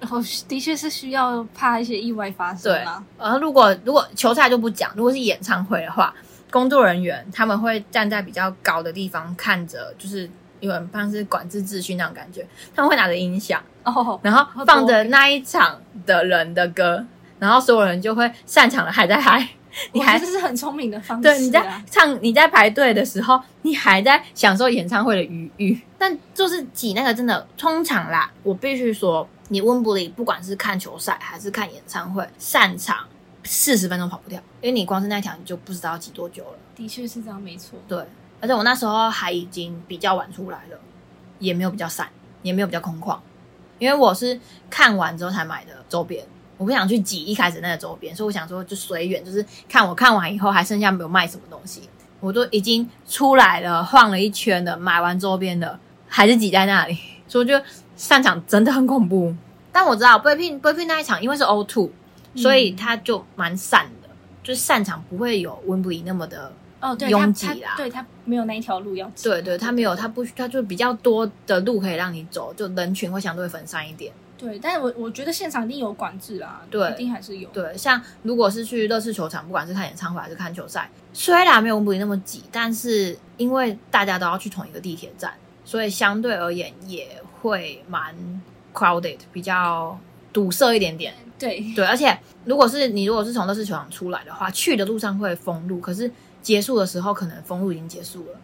B: 然后哦的确是需要怕一些意外发生啦，
A: 然后如果如果球赛就不讲，如果是演唱会的话，工作人员他们会站在比较高的地方看着，就是有点像是管制秩序那种感觉，他们会拿着音响，
B: 哦，
A: 然后放着那一场的人的歌，然后所有人就会擅长的还在嗨，你
B: 哇
A: 还
B: 这是很聪明的方式啊，
A: 对，你在唱你在排队的时候，你还在享受演唱会的余韵，但就是挤那个真的，通常啦，我必须说，你温布里不管是看球赛还是看演唱会，散场四十分钟跑不掉，因为你光是那条你就不知道挤多久了。
B: 的确是这样，没错。
A: 对，而且我那时候还已经比较晚出来了，也没有比较散，也没有比较空旷，因为我是看完之后才买的周边，我不想去挤一开始那个周边，所以我想说就随缘，就是看我看完以后还剩下没有卖什么东西，我都已经出来了，晃了一圈了，买完周边的还是挤在那里，所以我就散场真的很恐怖。但我知道 b r e p i n b r e p i n 那一场因为是 O two，所以
B: 嗯
A: 它就蛮散的，就是散场不会有温布里那么的
B: 哦，对，
A: 拥
B: 他
A: 挤啦
B: 他对他没有那一条路要挤。
A: 对对，他没有，他不，他就比较多的路可以让你走，就人群会相对分散一点。
B: 对，但是我我觉得现场一定有管制啦，
A: 对
B: 一定还是有。
A: 对，像如果是去乐视球场，不管是看演唱会还是看球赛，虽然没有温布里那么挤，但是因为大家都要去同一个地铁站，所以相对而言也会蛮 crowded，比较堵塞一点点。
B: 对
A: 对，而且如果是你如果是从乐视球场出来的话，去的路上会封路，可是结束的时候可能封路已经结束了，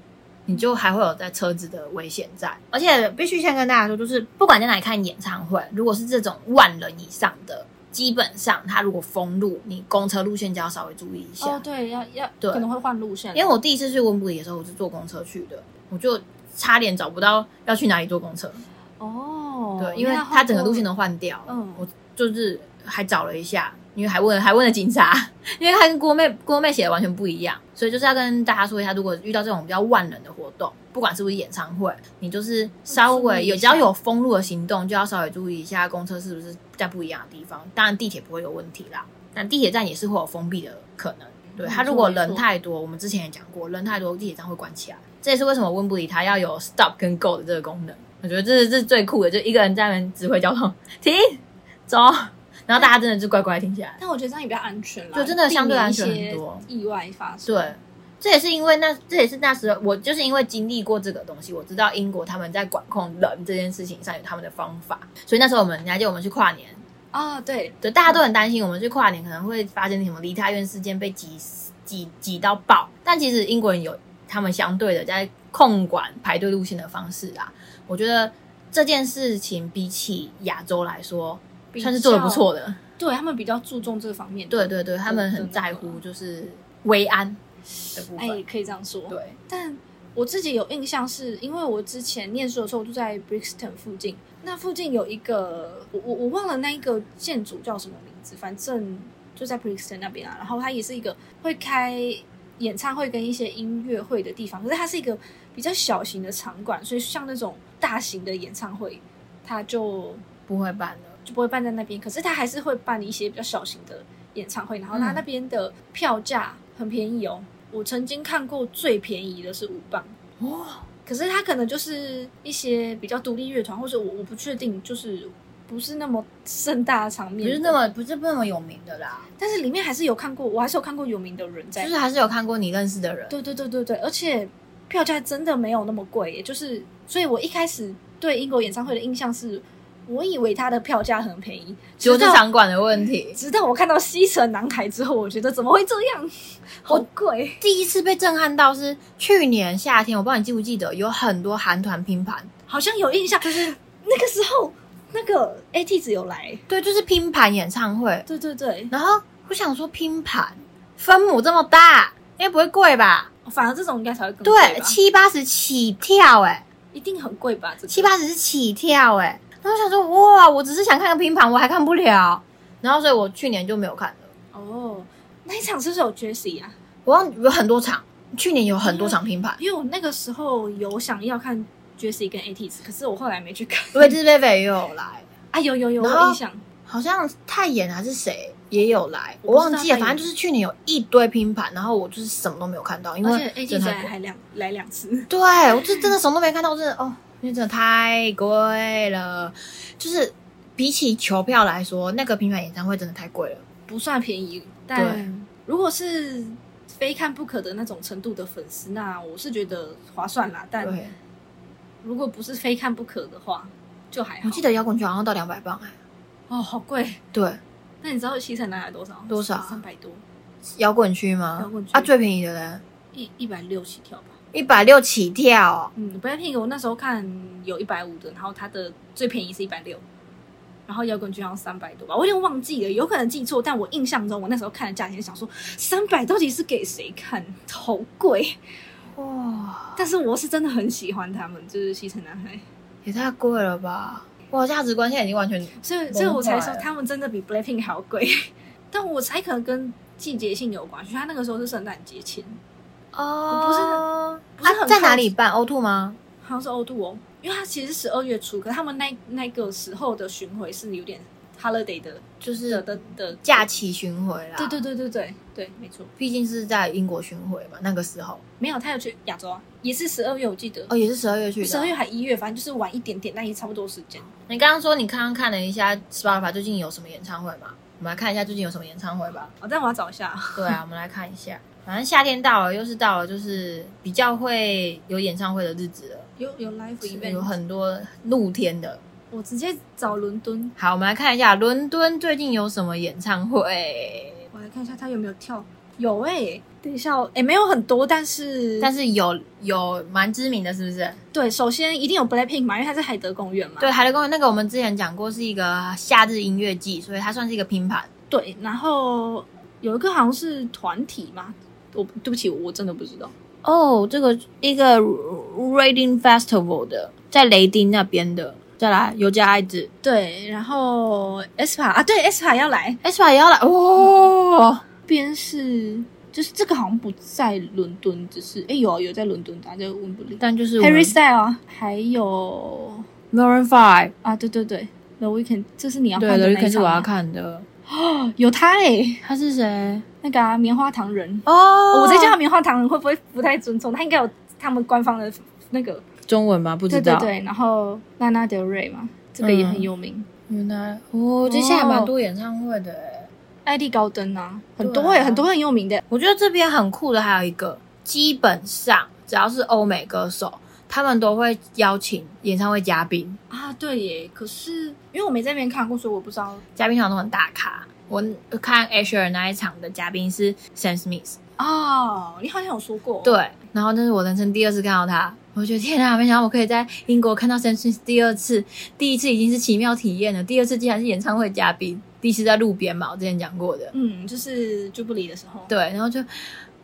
A: 你就还会有在车子的危险在。而且必须先跟大家说，就是不管在哪里看演唱会，如果是这种万人以上的，基本上它如果封路，你公车路线就要稍微注意一下。
B: 哦，对，要要
A: 啊对
B: 可能会换路线，
A: 因为我第一次去温布里的时候，我是坐公车去的，我就差点找不到要去哪里坐公车。
B: 哦，
A: 对，因为
B: 那换
A: 它整个
B: 过
A: 路线都换掉，
B: 嗯
A: 我就是还找了一下，因为还问还问了警察， 因为他跟郭妹郭妹写的完全不一样，所以就是要跟大家说一下，如果遇到这种比较万人的活动，不管是不是演唱会，你就是稍
B: 注
A: 微
B: 意
A: 有
B: 一
A: 只
B: 下
A: 要有封路的行动，就要稍微注意一下公车是不是在不一样的地方，当然地铁不会有问题啦，但地铁站也是会有封闭的可能。对
B: 没
A: 它如
B: 错
A: 果
B: 嗯没
A: 人
B: 错
A: 太多，我们之前也讲过，人太多地铁站会关起来，这也是为什么温布里它要有 stop 跟 go 的这个功能。我觉得这是这是最酷的，就一个人在那边指挥交通，停走，然后大家真的就乖乖停下来。
B: 但我觉得这样也比较安全啦，
A: 就真的
B: 避
A: 相对
B: 免
A: 安
B: 一
A: 全很
B: 些
A: 多
B: 意外发生。
A: 对，这也是因为那这也是那时候我就是因为经历过这个东西，我知道英国他们在管控人这件事情上有他们的方法，所以那时候我们你还记得我们去跨年，
B: 啊，对，
A: 对，大家都很担心，我们去跨年可能会发生什么梨泰院事件被挤挤挤到爆。但其实英国人有他们相对的在控管排队路线的方式啊，我觉得这件事情比起亚洲来说，
B: 比
A: 算是做的不
B: 较。
A: 错的。
B: 对他们比较注重这方面。
A: 对，对对，他们很在乎就是维安的部分。
B: 哎，可以这样说。
A: 对，
B: 但我自己有印象是，因为我之前念书的时候我住在 Brixton 附近，那附近有一个我我我忘了那一个建筑叫什么名字，反正就在 Brixton 那边啊。然后它也是一个会开演唱会跟一些音乐会的地方，可是它是一个比较小型的场馆，所以像那种大型的演唱会，它就
A: 不会办的。
B: 就不会办在那边，可是他还是会办一些比较小型的演唱会，然后他
A: 嗯
B: 那边的票价很便宜哦。我曾经看过最便宜的是五磅，
A: 哦，
B: 可是他可能就是一些比较独立乐团，或者我我不确定，就是不是那么盛大的场
A: 不
B: 面，
A: 是那，么不是那么有名的啦，
B: 但是里面还是有看过，我还是有看过有名的人在
A: 就是还是有看过你认识的人。
B: 对对对对对，而且票价真的没有那么贵耶，就是所以，我一开始对英国演唱会的印象是，我以为它的票价很便宜，
A: 只有
B: 直
A: 这
B: 到
A: 场馆的问题，
B: 直到我看到《西城男孩》之后，我觉得怎么会这样？好贵！
A: 第一次被震撼到是去年夏天，我不知道你记不记得，有很多韩团拼盘，
B: 好像有印象，就是那个时候那个 AT 子有来，
A: 对，就是拼盘演唱会。
B: 对对对，
A: 然后我想说拼盘分母这么大，应该不会贵吧？
B: 反而这种应该才会更贵
A: 对，
B: 吧
A: 七八十起跳、欸，哎，
B: 一定很贵吧？这个
A: 七八十是起跳、欸，哎。然后我想说，哇，我只是想看个拼盘，我还看不了。然后所以我去年就没有看了。
B: 哦，那一场是不是有 Jessie 啊？
A: 我忘有很多场，去年有很多场拼盘，
B: 因为我那个时候有想要看 Jessie 跟 AT 子，可是我后来没去看。
A: 瑞兹贝贝也有来，
B: 啊，有有有，
A: 然
B: 我
A: 后
B: 有印象。
A: 好像泰妍还是谁也有来，我
B: 我不知道
A: 忘记了，
B: 泰妍
A: 反正就是去年有一堆拼盘，然后我就是什么都没有看到，因
B: 而
A: 为
B: 且 AT
A: 真的
B: 子
A: 太贵。
B: 还两来两 次，
A: 对，我就真的什么都没看到，真的哦，因为真的太贵了，就是比起球票来说，那个拼盘演唱会真的太贵了。
B: 不算便宜，
A: 对
B: 但如果是非看不可的那种程度的粉丝，那我是觉得划算啦。但
A: 对，
B: 如果不是非看不可的话，就还好。
A: 我记得摇滚球好像到两百磅哎，
B: 哦，好贵。
A: 对，
B: 那你知道西城男孩多少？
A: 多少啊
B: 三百多，
A: 摇滚区吗？
B: 摇滚区
A: 啊，最便宜的嘞，
B: 一一百六起跳吧。
A: 一百六起跳哦、
B: 嗯，不要骗我，那时候看有一百五的，然后它的最便宜是一百六。然后摇滚区好像三百多吧，我有点忘记了，有可能记错，但我印象中我那时候看的价钱，想说三百到底是给谁看，好贵。
A: 哇，
B: 但是我是真的很喜欢他们，就是西城男孩，
A: 也太贵了吧！哇，价值观现在已经完全
B: 所以所以我才说
A: 崩坏了
B: 他们真的比 Blackpink 还要贵。 但我猜可能跟季节性有关系，他那个时候是圣诞节前，
A: 哦，
B: 不是
A: 啊
B: 很
A: 在
B: 靠
A: 哪里办 O two 吗？
B: 好像是 O two 哦，因为它其实是十二月初，可他们那那个时候的巡回是有点 holiday 的
A: 就
B: 的
A: 是
B: 的的
A: 假期巡回啦。
B: 对对，对对对对，没错，
A: 毕竟是在英国巡回嘛，那个时候
B: 没有，他有去亚洲啊，也是十二月，我记得
A: 哦，也是十二月去的。
B: 十二、12月，还一月，反正就是晚一点点，但也差不多时间。
A: 你刚刚说你刚刚看了一下 Spotify 最近有什么演唱会嘛？我们来看一下最近有什么演唱会吧。
B: 哦，但我要找一下，
A: 对啊，我们来看一下。 反正夏天到了，又是到了就是比较会有演唱会的日子了，
B: 有有 live
A: 有
B: event，
A: 很多露天的。
B: 我直接找伦敦，
A: 好，我们来看一下伦敦最近有什么演唱会，
B: 我来看一下他有没有跳。有哎、等一下哦，哎、没有很多，但是
A: 但是有有蛮知名的，是不是？
B: 对，首先一定有 Blackpink 嘛，因为它在海德公园嘛。
A: 对，海德公园那个我们之前讲过是一个夏日音乐季，所以它算是一个拼盘。
B: 对，然后有一个好像是团体嘛，我对不起，我真的不知道。
A: 哦，这个一个 Reading Festival 的，在雷丁那边的。再来，尤加爱子
B: 对，然后 s p a 啊，对 s p a 要来，
A: s p 哎也要来哦。
B: 边是就是这个好像不在伦敦，只是哎有啊有在伦敦，大家温布利
A: 但就是
B: ，Harry Style 啊，还有
A: Maroon Five，
B: 啊对对对，The Weeknd，这是你要
A: 对
B: 看
A: 的，
B: 的
A: 这
B: 那一
A: 肯是
B: 场
A: 我
B: 吗
A: 要看的。
B: 有他哎、
A: 他是谁？
B: 那个、啊、棉花糖人，
A: 哦
B: 我在叫他棉花糖人会不会不太尊重？他应该有他们官方的那个，
A: 中文吗？不
B: 对
A: 知
B: 对
A: 道。
B: 对，然后 Lana Del Rey 嘛，这个也很
A: 嗯
B: 有名。
A: 原来哦，这下蛮多演唱会的欸。
B: 艾利高登啊，很多
A: 对啊
B: 哎、很多很有名的。
A: 我觉得这边很酷的还有一个，基本上只要是欧美歌手，他们都会邀请演唱会嘉宾，
B: 啊，对耶，可是因为我没在那边看过，所以我不知道。
A: 嘉宾通常都很大咖。我看 Asher 那一场的嘉宾是 Sam Smith，
B: 哦，你好像有说过，，
A: 对，然后那是我人生第二次看到他，我觉得天啊，没想到我可以在英国看到 Sam Smith 第二次，第一次已经是奇妙体验了，第二次竟然是演唱会嘉宾，第一次在路边嘛，我之前讲过的，
B: 嗯，就是就不离的时候，，
A: 对，然后就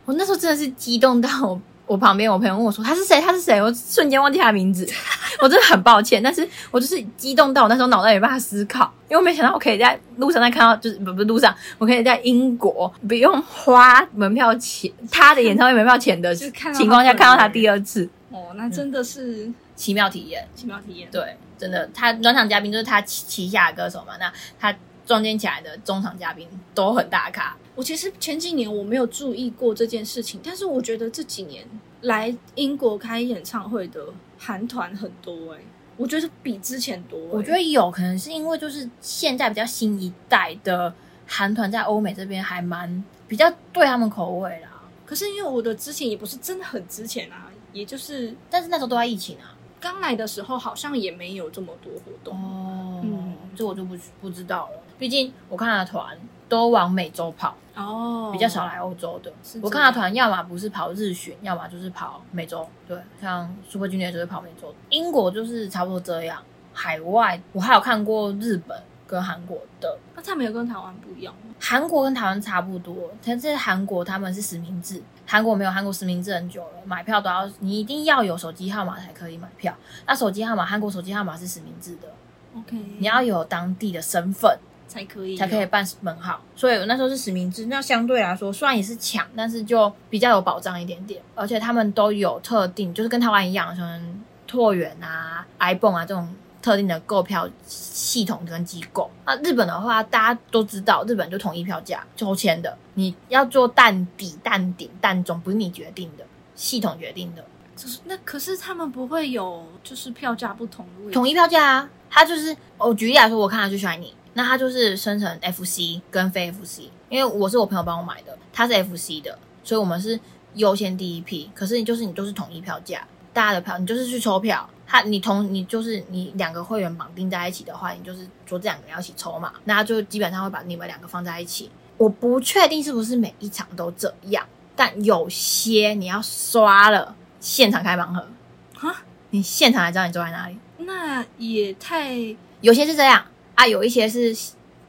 A: 我那时候真的是激动到我，我旁边我朋友问我说他是谁，他是谁，我瞬间忘记他的名字， 我真的很抱歉，但是我就是激动到我那时候脑袋没办法思考，因为我没想到我可以在路上再看到，就是不不是路上，我可以在英国不用花门票钱，他的演唱会门票钱的
B: 就看到他
A: 情况下
B: 本人
A: 看到他第二次，
B: 哦，那真的是
A: 奇妙体验。
B: 奇妙体验。
A: 对，真的，他专场嘉宾就是他旗旗下的歌手嘛，那他中间起来的中场嘉宾都很大咖，
B: 我其实前几年我没有注意过这件事情，但是我觉得这几年来英国开演唱会的韩团很多哎、我觉得比之前多欸、
A: 我觉得有可能是因为就是现在比较新一代的韩团在欧美这边还蛮比较对他们口味啦，
B: 可是因为我的之前也不是真的很之前啊，也就是
A: 但是那时候都在疫情啊。
B: 刚来的时候好像也没有这么多活动。
A: 哦
B: 嗯
A: 这我就不不知道了，毕竟我看的团都往美洲跑，
B: 哦
A: 比较少来欧洲的。
B: 是
A: 我
B: 这
A: 看的
B: 样
A: 团要么不是跑日巡，要么就是跑美洲。对，像 Super Junior 就是跑美洲，英国就是差不多这样。海外我还有看过日本跟韩国的，
B: 那他们有跟台湾不一样吗？
A: 韩国跟台湾差不多，但是韩国他们是实名制，韩国没有韩国实名制很久了，买票都要你一定要有手机号码才可以买票。那手机号码，韩国手机号码是实名制的，
B: OK，
A: 你要有当地的身份
B: 才可以
A: 才可以办门号。所以我那时候是实名制，那相对来说虽然也是抢，但是就比较有保障一点点，而且他们都有特定，就是跟台湾一样，像拓远啊、iPhone 啊这种。特定的购票系统跟机构。那日本的话，大家都知道，日本就统一票价抽签的，你要做蛋底、蛋顶、蛋中，不是你决定的，系统决定的。
B: 就是那可是他们不会有就是票价不同的位置
A: 统一票价啊，他就是我举例来说，我看他就喜欢你，那他就是生成 FC 跟非 FC，因为我是我朋友帮我买的，他是 FC 的，所以我们是优先第一批。可是你就是你就是统一票价，大家的票你就是去抽票，他你同你就是你两个会员绑定在一起的话，你就是说这两个要一起抽嘛，那他就基本上会把你们两个放在一起。我不确定是不是每一场都这样，但有些你要刷了现场开盲盒，
B: 啊，
A: 你现场才知道你坐在哪里。
B: 那也太
A: 有些是这样，啊，有一些是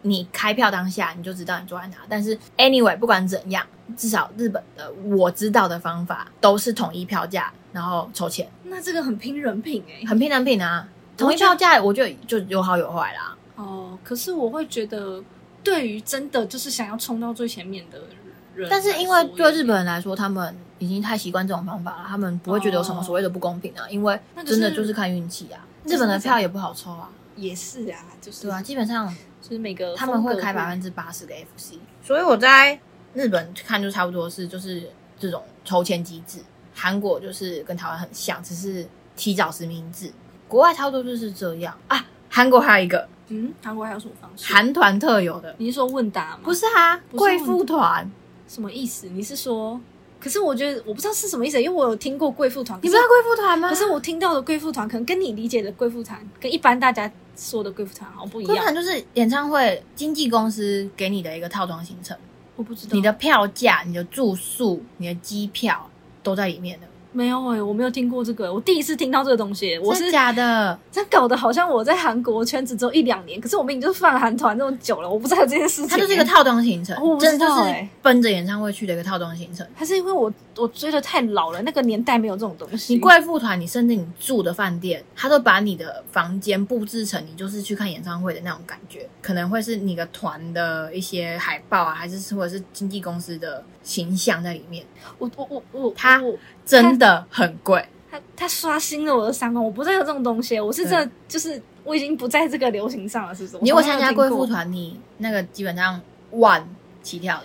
A: 你开票当下你就知道你坐在哪，但是 anyway 不管怎样，至少日本的我知道的方法都是统一票价，然后抽签，
B: 那这个很拼人品哎、
A: 很拼人品啊。统一票价我觉得就有好有坏啦。
B: 哦，可是我会觉得，对于真的就是想要冲到最前面的人来说，
A: 但是因为对日本
B: 也
A: 人来说，他们已经太习惯这种方法了，他们不会觉得有什么所谓的不公平啊，因为
B: 哦那可是
A: 真的就是看运气啊。
B: 就是
A: 日本的票也不好抽啊，
B: 也是啊，就是
A: 对啊，，基本上
B: 就是每个
A: 他们会开百
B: 吧。
A: 分之八十的 FC，所以我在日本看就差不多是就是这种抽签机制，韩国就是跟台湾很像，只是提早实名制，国外差不多就是这样啊。韩国还有一个
B: 嗯，韩国还有什么方式？
A: 韩团特有的，
B: 你是说问答吗？
A: 不是啊，
B: 不是
A: 贵妇团，
B: 什么意思？你是说？可是我觉得我不知道是什么意思，因为我有听过贵妇团，
A: 你不
B: 可
A: 知
B: 是
A: 道贵妇团吗？
B: 可是我听到的贵妇团，可能跟你理解的贵妇团，跟一般大家说的贵妇团好像不一
A: 贵妇
B: 样。
A: 团就是演唱会经纪公司给你的一个套装行程，
B: 我不知道
A: 你的票价、你的住宿、你的机票都在里面的，
B: 没有哎、我没有听过这个、我第一次听到这个东西、我
A: 真
B: 是
A: 的假的？
B: 这样搞得好像我在韩国圈子只有一两年，可是我明明就是放韩团这么久了，我不知道这件事 情、
A: 它就是一个，套装行程，
B: 哦我不知
A: 真的就
B: 道
A: 是
B: 欸
A: 奔着演唱会去的一个套装行程。
B: 还是因为我我追的太老了，那个年代没有这种东西。
A: 你贵妇团，你甚至你住的饭店，他都把你的房间布置成你就是去看演唱会的那种感觉，可能会是你个团的一些海报啊，还是或者是经纪公司的形象在里面，
B: 我我我我
A: 他
B: 我
A: 真的很 贵。
B: 他他刷新了我的三观，我不知道有这种东西，我是真的就是我已经不在这个流行上了，是不是？
A: 你如果
B: 从来
A: 参
B: 没有
A: 加
B: 听过
A: 贵妇团，你那个基本上万起跳的，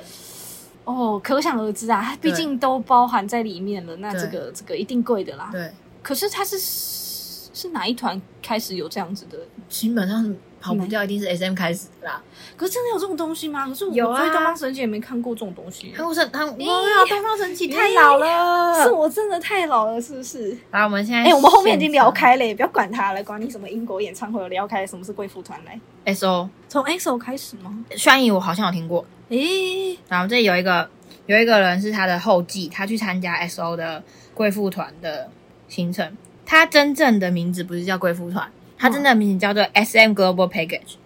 B: 哦，可想而知啊，它毕竟都包含在里面了，那
A: 对
B: 这个这个一定贵的啦。
A: 对，
B: 可是他是是哪一团开始有这样子的？
A: 基本上跑不掉一定是 SM 开始的啦。
B: 可是真的有这种东西吗？可是我
A: 有啊
B: 追东方神起也没看过这种东西，
A: 韩国神，韩国
B: 咦
A: 哇，东方神起太老了。
B: 是我真的太老了，是不是？
A: 来，我们现在
B: 哎、我们后面已经聊
A: 现场
B: 开了，也不要管他了，管你什么英国演唱会，我聊开了什么是贵妇团来，
A: S O
B: 从 EXO 开始吗？
A: 轩怡，我好像有听过。
B: 诶、
A: 然后这里有一个有一个人是他的后继，他去参加 S O 的贵妇团的行程。他真正的名字不是叫贵妇团，他真正的名字叫做 S M Global Package，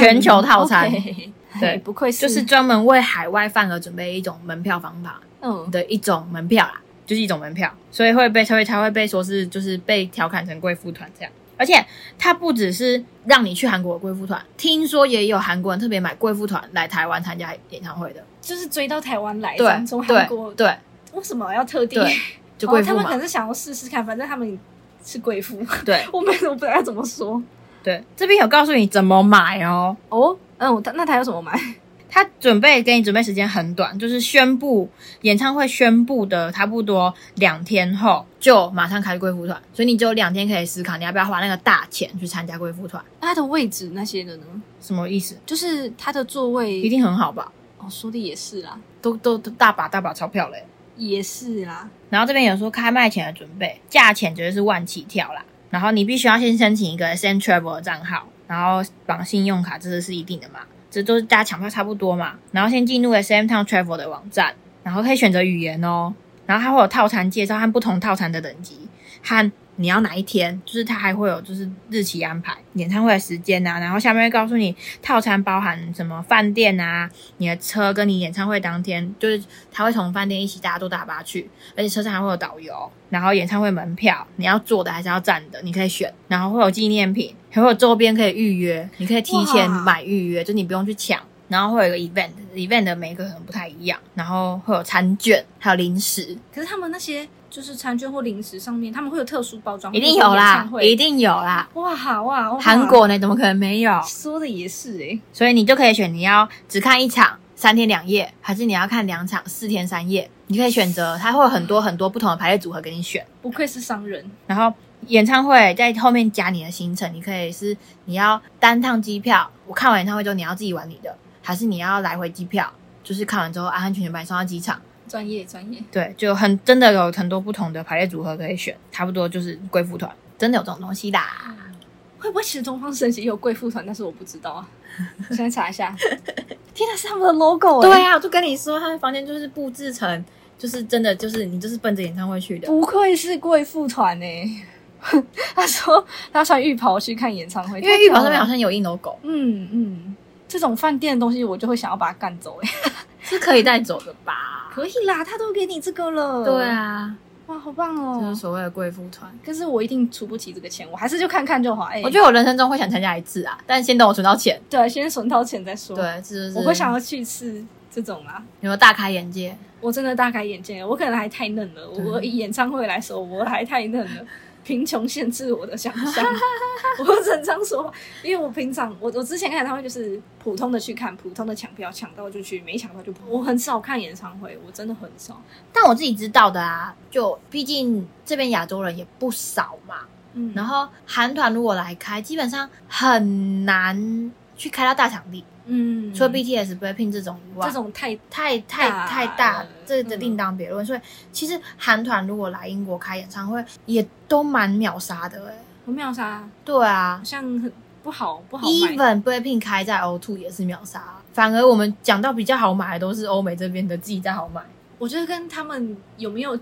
A: 全球套 餐
B: 嗯 OK
A: 对
B: 哎不愧是
A: 就是专门为海外饭而准备一种门票方法
B: 嗯，
A: 的一种门票啦，就是一种门票，所以会被所以才会被说是就是被调侃成贵妇团这样。而且它不只是让你去韩国的贵妇团，听说也有韩国人特别买贵妇团来台湾参加演唱会的。
B: 就是追到台湾来，
A: 对，
B: 从从
A: 对
B: 哎韩国，
A: 对
B: 为什么要特地？
A: 对，就贵妇
B: 哦、他们
A: 嘛
B: 可，能是想要试试看，反正他们是贵妇，
A: 对
B: 我们我不知道要怎么说。
A: 对，这边有告诉你怎么买哦。
B: 哦，嗯，他那他有什么买？
A: 他准备给你准备时间很短，就是宣布演唱会宣布的差不多两天后就马上开贵妇团，所以你只有两天可以思考你要不要花那个大钱去参加贵妇团，
B: 那他的位置那些的呢？
A: 什么意思？
B: 就是他的座位
A: 一定很好吧？
B: 哦，说的也是啦，
A: 都都都大把大把钞票嘞。
B: 也是啦。
A: 然后这边有说开卖前的准备，价钱绝对是万起跳啦。然后你必须要先申请一个 Send Travel 的账号，然后绑信用卡，这是一定的嘛，这都是大家抢票差不多嘛。然后先进入 SM Town Travel 的网站，然后可以选择语言哦，然后它会有套餐介绍和不同套餐的等级，和你要哪一天，就是它还会有就是日期安排、演唱会的时间啊，然后下面会告诉你套餐包含什么饭店啊、你的车跟你演唱会当天，就是它会从饭店一起大家坐大巴去，而且车上还会有导游，然后演唱会门票，你要坐的还是要站的，你可以选，然后会有纪念品，还会有周边可以预约，你可以提前
B: 哇
A: 买预约，就你不用去抢。然后会有一个 event，event 的每一个可能不太一样，然后会有餐券，还有零食，
B: 可是他们那些就是餐券或零食上面，他们会有特殊包装，
A: 一定有
B: 或者演
A: 啦
B: 唱，会
A: 一定有啦。
B: 哇哇哇！
A: 韩国呢，怎么可能没有？
B: 说的也是哎诶、
A: 所以你就可以选你要只看一场三天两夜，还是你要看两场四天三夜，你可以选择，它会有很多很多不同的排列组合给你选。
B: 不愧是商人，
A: 然后演唱会在后面加你的行程，你可以是你要单趟机票，我看完演唱会之后你要自己玩你的，还是你要来回机票，就是看完之后安安全全把你送到机场。
B: 专业专业。
A: 对，就很真的有很多不同的排列组合可以选，差不多就是贵妇团，真的有这种东西啦。
B: 会不会其实东方神起也有贵妇团，但是我不知道 啊。我现在查一下，天哪，是他们的 logo 欸诶、
A: 对啊，我就跟你说，他们房间就是布
B: 嗯
A: 置成，就是真的就是你就是奔着演唱会去的。
B: 不愧是贵妇团呢、欸 他说他穿浴袍去看演唱会，
A: 因为浴袍上面好
B: 像
A: 像有印楼狗，
B: 嗯嗯，这种饭店的东西我就会想要把它干 走哎、
A: 是可以带走的吧？
B: 可以啦，他都给你这个了，
A: 对，啊，
B: 哇，好棒哦！
A: 就是所谓的贵妇团。
B: 可是我一定出不起这个钱，我还是就看看就好。哎、
A: 我觉得我人生中会想参加一次啊，但先等我存到钱。
B: 对，啊先存到钱再说。
A: 对，，这就是
B: 嗯我会想要去吃这种啊啦。
A: 有没有大开眼界？
B: 我真的大开眼界，我可能还太嫩了。
A: 对
B: 我以演唱会来说，我还太嫩了。 贫穷限制我的想象， 我整常说，因为我平常我我之前看演唱会就是普通的去看，普通的抢票，抢到就去，没抢到就不。我很少看演唱会，我真的很少。
A: 但我自己知道的啊，就毕竟这边亚洲人也不少嘛。
B: 嗯
A: 然后韩团如果来开，基本上很难去开到大场地，
B: 嗯，
A: 除了 BTS、Blackpink 这种以外，
B: 这种太
A: 太太
B: 大
A: 太大
B: 了，
A: 这个
B: 嗯
A: 另当别论。所以其实韩团如果来英国开演唱会，也都蛮秒杀的哎、
B: 我没有啥，
A: 对啊
B: 好像很不好不哦好买。
A: ，even Blackpink 开在 O2 也是秒杀，反而我们讲到比较好买的都是欧美这边的自己在好买。
B: 我觉得跟他们有没有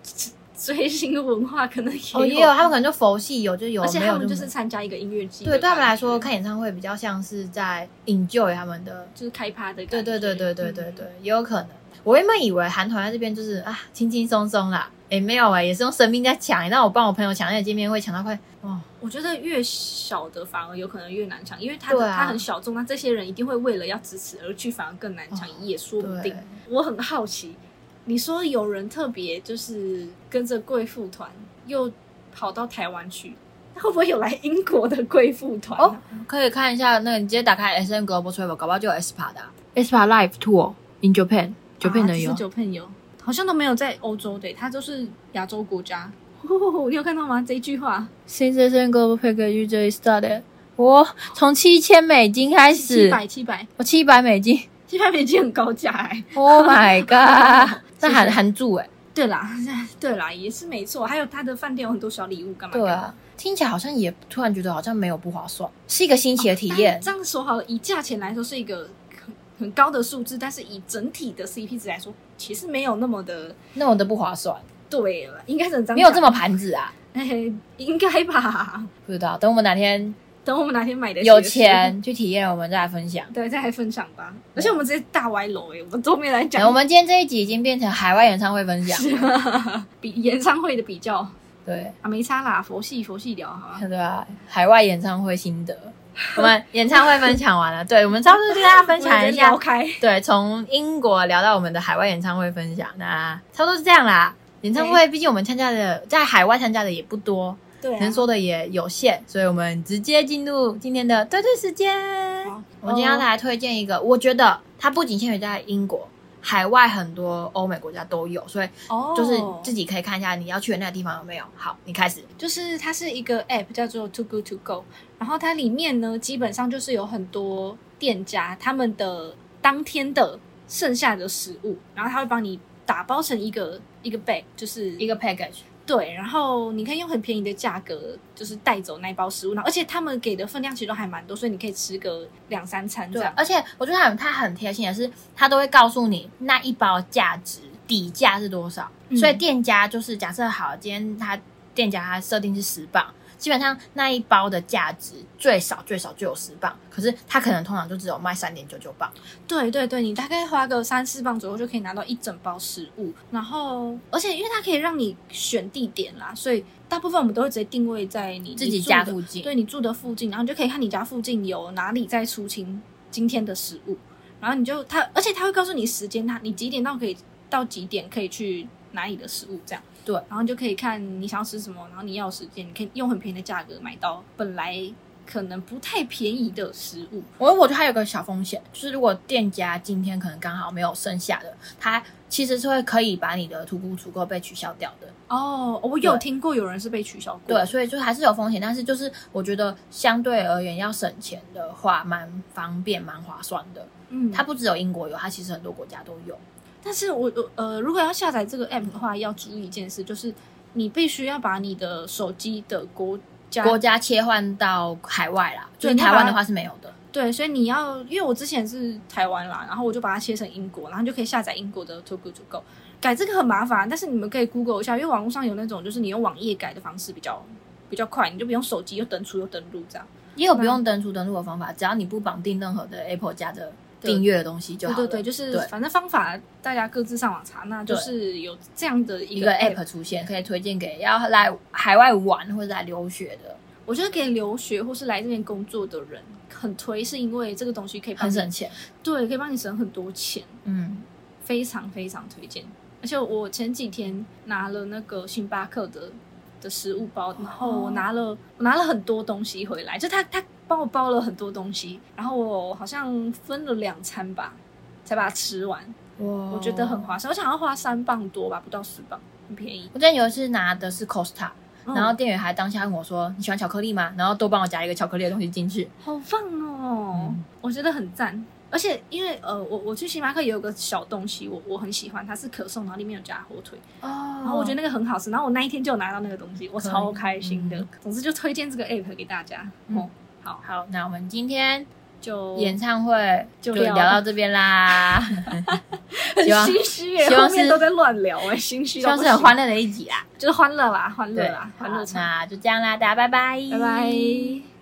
B: 追星文化可能也有，
A: 哦，也有他们可能就佛系有就有，
B: 而且
A: 没
B: 他
A: 有
B: 们
A: 就
B: 就是参加一个音乐季的
A: 对，对
B: 感觉，
A: 他们来说，看演唱会比较像是在 enjoy 他们的，
B: 就是开趴的感
A: 对
B: 觉。
A: 对对对对对
B: 嗯
A: 对，也有可能。我原本以为韩团在这边就是啊轻轻松松啦，诶，没有诶，啊也是用生命在抢。那我帮我朋友抢那个见面会，抢到快哦，
B: 我觉得越小的反而有可能越难抢，因为他的
A: 对啊
B: 他很小众，那这些人一定会为了要支持而去，反而更难抢，
A: 哦
B: 也说不
A: 对
B: 定。我很好奇，你说有人特别就是跟着贵妇团又跑到台湾去，那会不会有来英国的贵妇团啊、
A: 哦可以看一下那个，你直接打开 S N Global Travel，搞不好就有 S P A 的、啊、S 啊 P A Live Tour in Japan，九片能有。
B: 啊九片有，好像都没有在欧洲的，它都是亚洲国家。哦，你有看到吗？这一句话
A: Since S N Global Package usually started，我从七千美金开
B: 七
A: 始，
B: 百七百
A: 我七百美 金。
B: 七百美金很高价哎、
A: Oh my god！
B: 谢
A: 那
B: 谢
A: 含含住哎、
B: 对啦， 对啦，也是没错。还有它的饭店有很多小礼物，干嘛？
A: 对啊，听起来好像也突然觉得好像没有不划算，是一个新奇的体
B: 干嘛。
A: 验
B: 但。这样说好了，以价钱来说是一个很很高的数字，但是以整体的 CP 值来说，其实没有那么的
A: 那我的不划算，
B: 对了，应该是
A: 没有这么盘子啊，
B: 哎， 应该吧？
A: 不知道。等我们哪天
B: 等我们哪天买的
A: 有，钱去体验，我们再来分享。
B: 对，再来分享吧。而且我们直接大歪楼哎、我们都没来讲
A: 我们今天这一集已经变成海外演唱会分享，
B: 比演唱会的比较
A: 对。
B: 啊，没差啦，佛系佛系聊好吧。
A: 对啊，海外演唱会心 得。我们演唱会分享完了，对，我们差不多就跟大家分享一
B: 我
A: 下
B: 们直接聊。开，
A: 对，从英国聊到我们的海外演唱会分享，那差不多是这样啦。演唱会毕竟我们参加的在海外参加的也不多，
B: 对、啊，
A: 能说的也有限，所以我们直接进入今天的对对时间。
B: 好。
A: 我们今天要来推荐一个，我觉得它不仅限于在英国，海外很多欧美国家都有，所以
B: 哦，
A: 就是自己可以看一下你要去的那个地方有没有。好，你开始。
B: 就是它是一个 app 叫做 Too Good To Go，然后它里面呢基本上就是有很多店家他们的当天的剩下的食物，然后他会帮你打包成一个一个 bag，就是
A: 一个 package，
B: 对，然后你可以用很便宜的价格就是带走那一包食物，然后而且他们给的分量其实都还蛮多，所以你可以吃个两三餐这
A: 对啊
B: 样，。
A: 而且我觉得他很他很贴心的是，他都会告诉你那一包价值底价是多少。
B: 嗯
A: 所以店家就是假设好，今天他店家他设定是十磅，基本上那一包的价值最少最少就有十磅，可是他可能通常就只有卖三点九九磅。
B: 对对对，你大概花个三四磅左右就可以拿到一整包食物，然后而且因为它可以让你选地点啦，所以大部分我们都会直接定位在你
A: 自己家
B: 你住
A: 附
B: 的
A: 近
B: 对你住的附近，然后你就可以看你家附近有哪里在出清今天的食物，然后你就它，而且它会告诉你时间，它你几点到可以到几点可以去哪里的食物这样。
A: 对
B: 然后你就可以看你想要吃什么，然后你要有时间，你可以用很便宜的价格买到本来可能不太便宜的食物。
A: 我我觉得它有个小风险，就是如果店家今天可能刚好没有剩下的，他其实是会可以把你的图库储购被取消掉的。
B: 哦，我有
A: 对
B: 听过有人是被取消过。
A: 对，所以就还是有风险，但是就是我觉得相对而言要省钱的话，蛮方便、蛮划算的。
B: 嗯，
A: 它
B: 它
A: 不只有英国有，它其实很多国家都有。
B: 但是我我呃，如果要下载这个 app 的话，要注意一件事，就是你必须要把你的手机的国家
A: 国家切换到海外啦，就
B: 啊对
A: 是
B: 你要
A: 台湾
B: 把
A: 的话是没有的。
B: 对，所以你要，因为我之前是台湾啦，然后我就把它切成英国，然后就可以下载英国的 Too Good To Go。改这个很麻烦，但是你们可以 Google 一下，因为网络上有那种就是你用网页改的方式比较比比较快，你就不用手机又登出又登录这样。
A: 也有不
B: 啊
A: 用登出登录的方法，只要你不绑定任何的 Apple 加的订阅的东西就
B: 对
A: 好
B: 对
A: 了。
B: 对，就是
A: 对
B: 反正方法大家各自上网查，那就是有这样的一
A: 一
B: 个
A: 个 app 出现，可以推荐给要来海外玩或者来留学的，
B: 我觉得给留学或是来这边工作的人很推，是因为这个东西可以帮
A: 很
B: 你
A: 省钱。
B: 对，可以帮你省很多钱，
A: 嗯，
B: 非常非常推荐。而且我前几天拿了那个星巴克的的食物包，然后我拿
A: 哦
B: 了我拿了很多东西回来，就他他帮我包了很多东西，然后我好像分了两餐吧，才把它吃完，
A: 我
B: 我觉得很划
A: 哦
B: 算，我想要花三磅多吧，不到四磅，很便宜。
A: 我之前有一次拿的是 Costa，、然后
B: 嗯
A: 店员还当下问我说：“你喜欢巧克力吗？”然后都帮我夹一个巧克力的东西进去。
B: 好棒哦，
A: 嗯
B: 我觉得很赞。而且因为呃，我我去星巴克也有个小东西，我我很喜欢，它是可颂，然后里面有加火腿，
A: 哦，
B: 然后我觉得那个很好吃，然后我那一天就有拿到那个东西，我
A: 可以
B: 超开心的。
A: 嗯
B: 总之就推荐这个 app 给大家。
A: 嗯
B: 哦，好，
A: 好，那我们今天
B: 就
A: 演唱会
B: 就
A: 就
B: 聊
A: 聊到这边啦，
B: 很
A: 希望
B: 心虚耶，
A: 希望
B: 后
A: 是
B: 面都在乱聊哎，心虚
A: 希
B: 到
A: 望
B: 不行，
A: 是很欢乐的一集啦。
B: 就是欢乐啦，欢乐
A: 对
B: 啦，欢乐
A: 好啊
B: 场，
A: 那就这样啦，大家拜拜，
B: 拜拜。